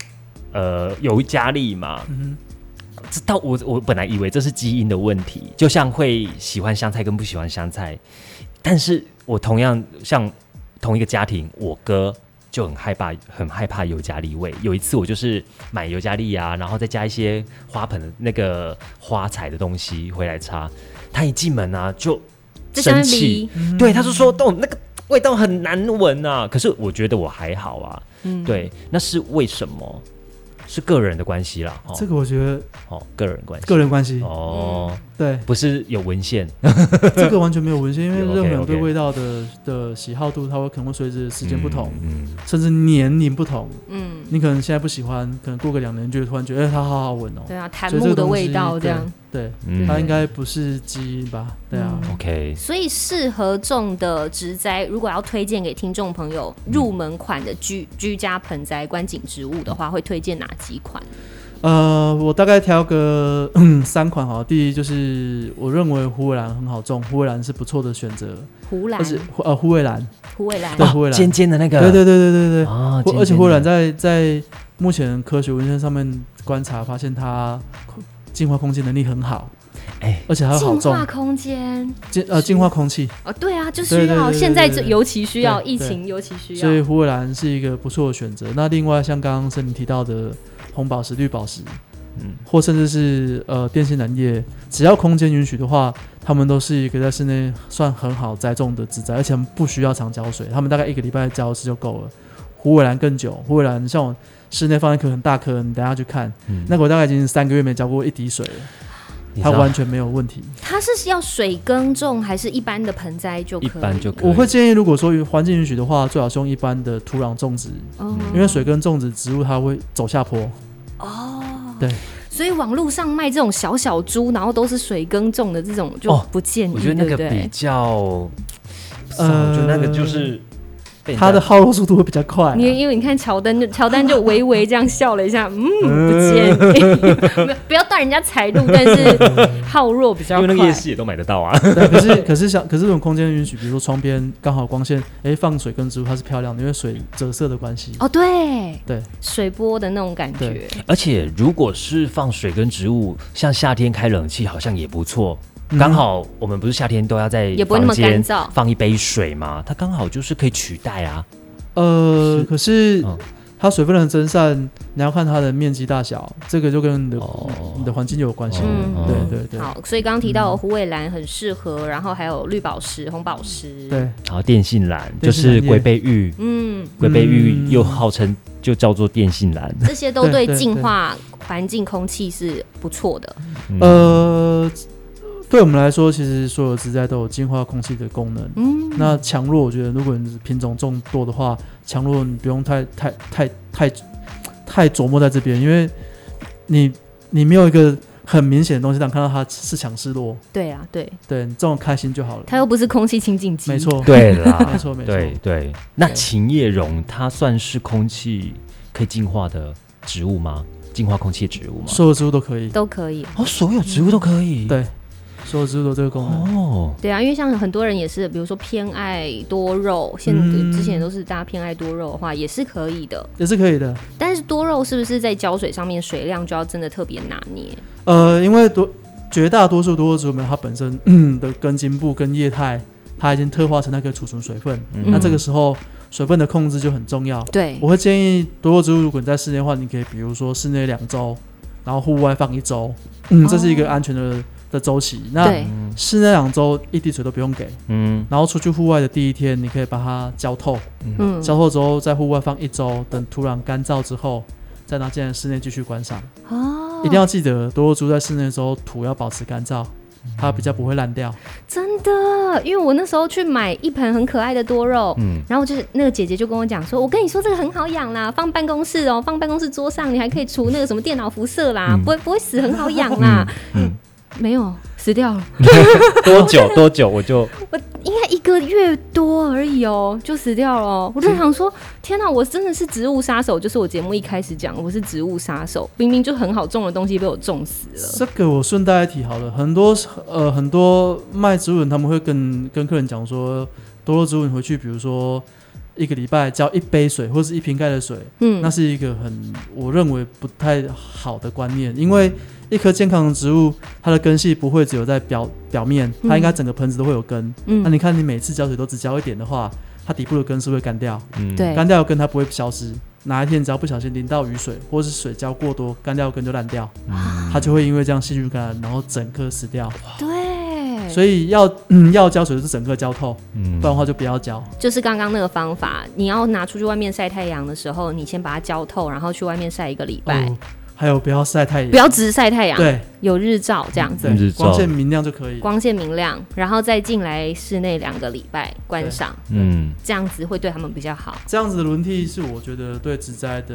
[SPEAKER 1] 呃尤加利嘛，
[SPEAKER 3] 嗯
[SPEAKER 1] 这到我我本来以为这是基因的问题，就像会喜欢香菜跟不喜欢香菜，但是我同样像同一个家庭，我哥。就很害怕，很害怕尤加利味。有一次我就是买尤加利啊，然后再加一些花盆的那个花材的东西回来插。他一进门啊，就
[SPEAKER 2] 这下
[SPEAKER 1] 生
[SPEAKER 2] 面
[SPEAKER 1] 气，
[SPEAKER 2] 鼻，
[SPEAKER 3] 哼
[SPEAKER 1] 对，他就说哦，那个味道很难闻啊。可是我觉得我还好啊。
[SPEAKER 2] 嗯，
[SPEAKER 1] 对，那是为什么？是个人的关系啦，哦，
[SPEAKER 3] 这个我觉得
[SPEAKER 1] 哦，个人关系，
[SPEAKER 3] 个人关系，
[SPEAKER 1] 哦，
[SPEAKER 3] 对，
[SPEAKER 1] 不是有文献，
[SPEAKER 3] 这个完全没有文献，因为
[SPEAKER 1] 有
[SPEAKER 3] 任何人
[SPEAKER 1] OK，OK
[SPEAKER 3] 对味道
[SPEAKER 2] 哦
[SPEAKER 3] 的的喜好度，它会可能会随着时间不同，
[SPEAKER 1] 嗯，嗯
[SPEAKER 3] 甚至年龄不同。
[SPEAKER 2] 嗯，
[SPEAKER 3] 你可能现在不喜欢，可能过个两年就突然觉得，哎，它好好闻哦。
[SPEAKER 2] 对啊，檀
[SPEAKER 3] 所以这
[SPEAKER 2] 木
[SPEAKER 3] 个
[SPEAKER 2] 的
[SPEAKER 3] 东
[SPEAKER 2] 味
[SPEAKER 3] 西
[SPEAKER 2] 道这
[SPEAKER 3] 对
[SPEAKER 2] 样。
[SPEAKER 3] 对，
[SPEAKER 1] 嗯
[SPEAKER 3] 它应该不是基因吧？对啊，
[SPEAKER 2] 嗯
[SPEAKER 1] OK，
[SPEAKER 2] 所以适合种的植栽，如果要推荐给听众朋友入门款的居居家盆栽观景植物的话，会推荐哪几款？嗯
[SPEAKER 3] 呃，我大概挑个、嗯、三款哈。第一就是我认为虎尾兰很好种，虎尾兰是不错的选择，
[SPEAKER 2] 湖兰
[SPEAKER 3] 而、且呃虎尾兰，
[SPEAKER 2] 虎尾兰
[SPEAKER 3] 对，会
[SPEAKER 1] 啊，
[SPEAKER 3] 啦
[SPEAKER 1] 尖尖的那个，
[SPEAKER 3] 对哦对对对对对，
[SPEAKER 1] 啊，
[SPEAKER 3] 我
[SPEAKER 1] 尖
[SPEAKER 3] 而且
[SPEAKER 1] 尖
[SPEAKER 3] 虎尾兰
[SPEAKER 1] 的
[SPEAKER 3] 在在目前科学文献上面观察发现它净化空气能力很好，
[SPEAKER 1] 哎
[SPEAKER 3] 而且还好
[SPEAKER 2] 净
[SPEAKER 3] 种
[SPEAKER 2] 化空间
[SPEAKER 3] 净呃净化空气，
[SPEAKER 2] 哦，对啊，就
[SPEAKER 3] 对
[SPEAKER 2] 需
[SPEAKER 3] 对
[SPEAKER 2] 要
[SPEAKER 3] 对对
[SPEAKER 2] 现在
[SPEAKER 3] 对
[SPEAKER 2] 这
[SPEAKER 3] 对
[SPEAKER 2] 尤其需要
[SPEAKER 3] 对
[SPEAKER 2] 疫情，尤其需
[SPEAKER 3] 所以
[SPEAKER 2] 要。
[SPEAKER 3] 虎尾兰是一个不错的选择。那另外像刚刚森林提到的红宝石、绿宝石，
[SPEAKER 1] 嗯
[SPEAKER 3] 或甚至是呃电信蓝叶，只要空间允许的话，它们都是一个在室内算很好栽种的植栽，而且它们不需要常浇水，它们大概一个礼拜浇一次就够了。虎尾兰更久，虎尾兰像我室内放一棵很大棵，你等一下去看，
[SPEAKER 1] 嗯
[SPEAKER 3] 那个我大概已经三个月没浇过一滴水了，
[SPEAKER 1] 你知
[SPEAKER 3] 它
[SPEAKER 1] 道
[SPEAKER 3] 完全没有问题。
[SPEAKER 2] 它是要水耕种还是一般的盆栽就可
[SPEAKER 1] 一
[SPEAKER 2] 以？
[SPEAKER 1] 般就可以
[SPEAKER 3] 我会建议，如果说环境允许的话，最好是用一般的土壤种植，
[SPEAKER 2] 哦
[SPEAKER 3] 因
[SPEAKER 1] 嗯
[SPEAKER 3] 为水跟种植植物它会走下坡。
[SPEAKER 2] 哦，
[SPEAKER 3] 对，
[SPEAKER 2] 所以网络上卖这种小小株，然后都是水耕种的这种就
[SPEAKER 1] 哦
[SPEAKER 2] 不建议，
[SPEAKER 1] 我觉得那个
[SPEAKER 2] 对不
[SPEAKER 1] 比
[SPEAKER 2] 对？
[SPEAKER 1] 较，
[SPEAKER 3] 呃
[SPEAKER 1] 呃，就那个就是被人
[SPEAKER 3] 它呃的
[SPEAKER 1] 家
[SPEAKER 3] 耗肉速度会比较快、啊
[SPEAKER 2] 你因为你看乔丹就，乔丹就微微这样笑了 一下，嗯，不建议， 没有不要断人家财路，但是耗弱比较
[SPEAKER 1] 因为
[SPEAKER 2] 快
[SPEAKER 1] 那。个夜市也都买得到啊，
[SPEAKER 3] 对，可是可是像可是这种空间允许，比如说窗边刚好光线，哎，放水跟植物它是漂亮的，因为水折射的关系。
[SPEAKER 2] 哦，对
[SPEAKER 3] 对，
[SPEAKER 2] 水波的那种感觉
[SPEAKER 3] 对，
[SPEAKER 1] 而且如果是放水跟植物，像夏天开冷气好像也不错。
[SPEAKER 3] 嗯
[SPEAKER 1] 刚好我们不是夏天都要在
[SPEAKER 2] 也不会那么
[SPEAKER 1] 房间
[SPEAKER 2] 干燥
[SPEAKER 1] 放一杯水嘛，它刚好就是可以取代啊。
[SPEAKER 3] 呃
[SPEAKER 2] 哦
[SPEAKER 1] 是，
[SPEAKER 3] 可是
[SPEAKER 1] 嗯
[SPEAKER 3] 它水分的蒸散，你要看它的面积大小，这个就跟你的、
[SPEAKER 1] 哦
[SPEAKER 3] 你的环境有关系。
[SPEAKER 2] 嗯
[SPEAKER 1] 哦
[SPEAKER 3] 对对对
[SPEAKER 2] 好，所以刚刚提
[SPEAKER 1] 嗯
[SPEAKER 2] 到的虎尾兰很适合，然后还有绿宝石、红宝石，，
[SPEAKER 3] 对，
[SPEAKER 1] 然后电信兰就
[SPEAKER 3] 电信兰
[SPEAKER 1] 是
[SPEAKER 3] 叶
[SPEAKER 1] 龟背玉，
[SPEAKER 2] 嗯，
[SPEAKER 1] 龟背玉
[SPEAKER 3] 嗯
[SPEAKER 1] 又号称就叫做电信兰。
[SPEAKER 2] 这些都对
[SPEAKER 3] 对对
[SPEAKER 2] 净化环境、空气是不错的。
[SPEAKER 1] 嗯，
[SPEAKER 3] 呃，对我们来说，其实所有植栽都有净化空气的功能。
[SPEAKER 2] 嗯，
[SPEAKER 3] 那强弱，我觉得如果你品种众多的话，强弱你不用太太太太太琢磨在这边，因为你你没有一个很明显的东西让你看到它是强是弱，
[SPEAKER 2] 对啊，对，
[SPEAKER 3] 对你这种开心就好了。
[SPEAKER 2] 它又不是空气清净机，
[SPEAKER 3] 没，错，
[SPEAKER 1] 对啦，
[SPEAKER 3] 没错没错
[SPEAKER 1] 对对。那琴叶榕它算是空气可以净化的植物吗？净化空气的植物吗？
[SPEAKER 3] 所有植物都可以，
[SPEAKER 2] 都可以。
[SPEAKER 1] 哦，所有植物都可以。
[SPEAKER 3] 对所有植物都有这个功能。
[SPEAKER 1] 哦，
[SPEAKER 2] 对啊，因为像很多人也是，比如说偏爱多肉，现
[SPEAKER 3] 嗯
[SPEAKER 2] 之前都是大家偏爱多肉的话，也是可以的。
[SPEAKER 3] 也是可以的，
[SPEAKER 2] 但是多肉是不是在浇水上面水量就要真的特别拿捏？
[SPEAKER 3] 呃，因为多绝大多数多肉植物们它本身、嗯、的根茎部跟叶态，它已经特化成它可以储存水分，
[SPEAKER 1] 嗯
[SPEAKER 3] 那这个时候水分的控制就很重要。
[SPEAKER 2] 对，
[SPEAKER 3] 我会建议多肉植物，如果你在室内的话，你可以比如说室内两周，然后户外放一周，嗯，这是一个安全的的周期。那
[SPEAKER 2] 对，
[SPEAKER 3] 室内两周一滴水都不用给，
[SPEAKER 1] 嗯
[SPEAKER 3] 然后出去户外的第一天，你可以把它浇透，
[SPEAKER 2] 嗯，
[SPEAKER 3] 浇透之后在户外放一周，等土壤干燥之后。再拿进来室内继续观赏，
[SPEAKER 2] 哦，
[SPEAKER 3] 一定要记得多肉株在室内的时候土要保持干燥，它比较不会烂掉。
[SPEAKER 2] 真的，因为我那时候去买一盆很可爱的多肉，
[SPEAKER 1] 嗯，
[SPEAKER 2] 然后就是那个姐姐就跟我讲说，我跟你说这个很好养啦，放办公室哦，放办公室桌上，你还可以除那个什么电脑辐射啦，
[SPEAKER 1] 嗯
[SPEAKER 2] 不会不会死，很好养啦。
[SPEAKER 1] 嗯
[SPEAKER 2] 没有死掉了，
[SPEAKER 1] 多 久多久我就
[SPEAKER 2] 我应该一个月多而已哦，就死掉了哦。我就想说，天哪，我真的是植物杀手，就是我节目一开始讲我是植物杀手，明明就很好种的东西被我种死了。
[SPEAKER 3] 这个我顺带一提好了，很多呃很多卖植物人他们会跟跟客人讲说，多肉植物你回去，比如说一个礼拜浇一杯水或是一瓶盖的水，
[SPEAKER 2] 嗯
[SPEAKER 3] 那是一个很我认为不太好的观念，因为一棵健康的植物，它的根系不会只有在表表面，它应该整个盆子都会有根。那、
[SPEAKER 2] 嗯，
[SPEAKER 3] 你看你每次浇水都只浇一点的话，它底部的根是会干掉，
[SPEAKER 1] 嗯
[SPEAKER 2] 对
[SPEAKER 3] 干掉的根它不会消失。哪一天只要不小心淋到雨水，或是水浇过多，干掉的根就烂掉。
[SPEAKER 1] 嗯
[SPEAKER 3] 它就会因为这样细菌感染，然后整棵死掉。
[SPEAKER 2] 对，
[SPEAKER 3] 所以要、嗯、要浇水就是整个浇透，
[SPEAKER 1] 嗯
[SPEAKER 3] 不然的话就不要浇。
[SPEAKER 2] 就是刚刚那个方法，你要拿出去外面晒太阳的时候，你先把它浇透，然后去外面晒一个礼拜，
[SPEAKER 3] 哦，还有不要晒太阳，
[SPEAKER 2] 不要直晒太阳，
[SPEAKER 3] 对嗯
[SPEAKER 2] 有日照这样子，
[SPEAKER 1] 日
[SPEAKER 3] 对，
[SPEAKER 1] 嗯照
[SPEAKER 3] 光线明亮就可以。
[SPEAKER 2] 光线明亮，然后再进来室内两个礼拜观赏，
[SPEAKER 1] 嗯
[SPEAKER 2] 这样子会对他们比较好。
[SPEAKER 3] 这样子的轮替是我觉得对植栽的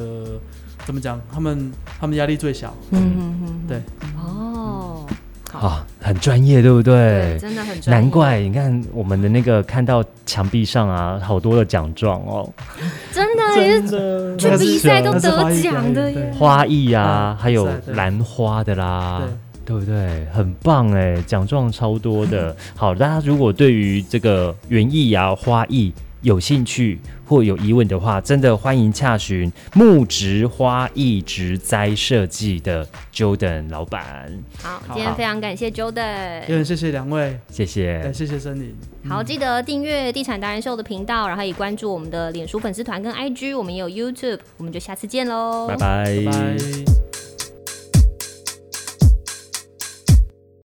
[SPEAKER 3] 怎么讲，他们他们压力最小。
[SPEAKER 2] 嗯嗯嗯，
[SPEAKER 3] 对，
[SPEAKER 2] 哦，好，
[SPEAKER 1] 啊，很专业，对不
[SPEAKER 2] 对，
[SPEAKER 1] 对？
[SPEAKER 2] 真的很专业
[SPEAKER 1] 难，怪你看我们的那个看到墙壁上啊，好多的奖状哦，
[SPEAKER 2] 嗯真的也是
[SPEAKER 1] 的
[SPEAKER 2] 去比赛都
[SPEAKER 3] 啊那是花
[SPEAKER 2] 得
[SPEAKER 3] 艺表
[SPEAKER 2] 奖
[SPEAKER 3] 演
[SPEAKER 2] 的
[SPEAKER 3] 对
[SPEAKER 2] 耶，
[SPEAKER 1] 花艺啊
[SPEAKER 2] 嗯
[SPEAKER 3] 啊，
[SPEAKER 1] 还有
[SPEAKER 3] 是啊对
[SPEAKER 1] 兰花的啦
[SPEAKER 3] 对。
[SPEAKER 1] 对不对？很棒哎，奖状超多 的。好，大家如果对于这个园艺啊、花艺有兴趣或有疑问的话，真的欢迎洽询木植花艺植栽设计的 Jordan 老板，
[SPEAKER 2] 好，今天非常感谢 Jordan，
[SPEAKER 3] 也很谢谢两位，
[SPEAKER 1] 谢
[SPEAKER 3] 也
[SPEAKER 1] 谢。
[SPEAKER 3] 谢谢森林。
[SPEAKER 2] 好，记得订阅《地产达人秀》的频道，然后也关注我们的脸书粉丝团跟 IG，我们也有 YouTube，我们就下次见喽，
[SPEAKER 1] 拜拜
[SPEAKER 3] 拜拜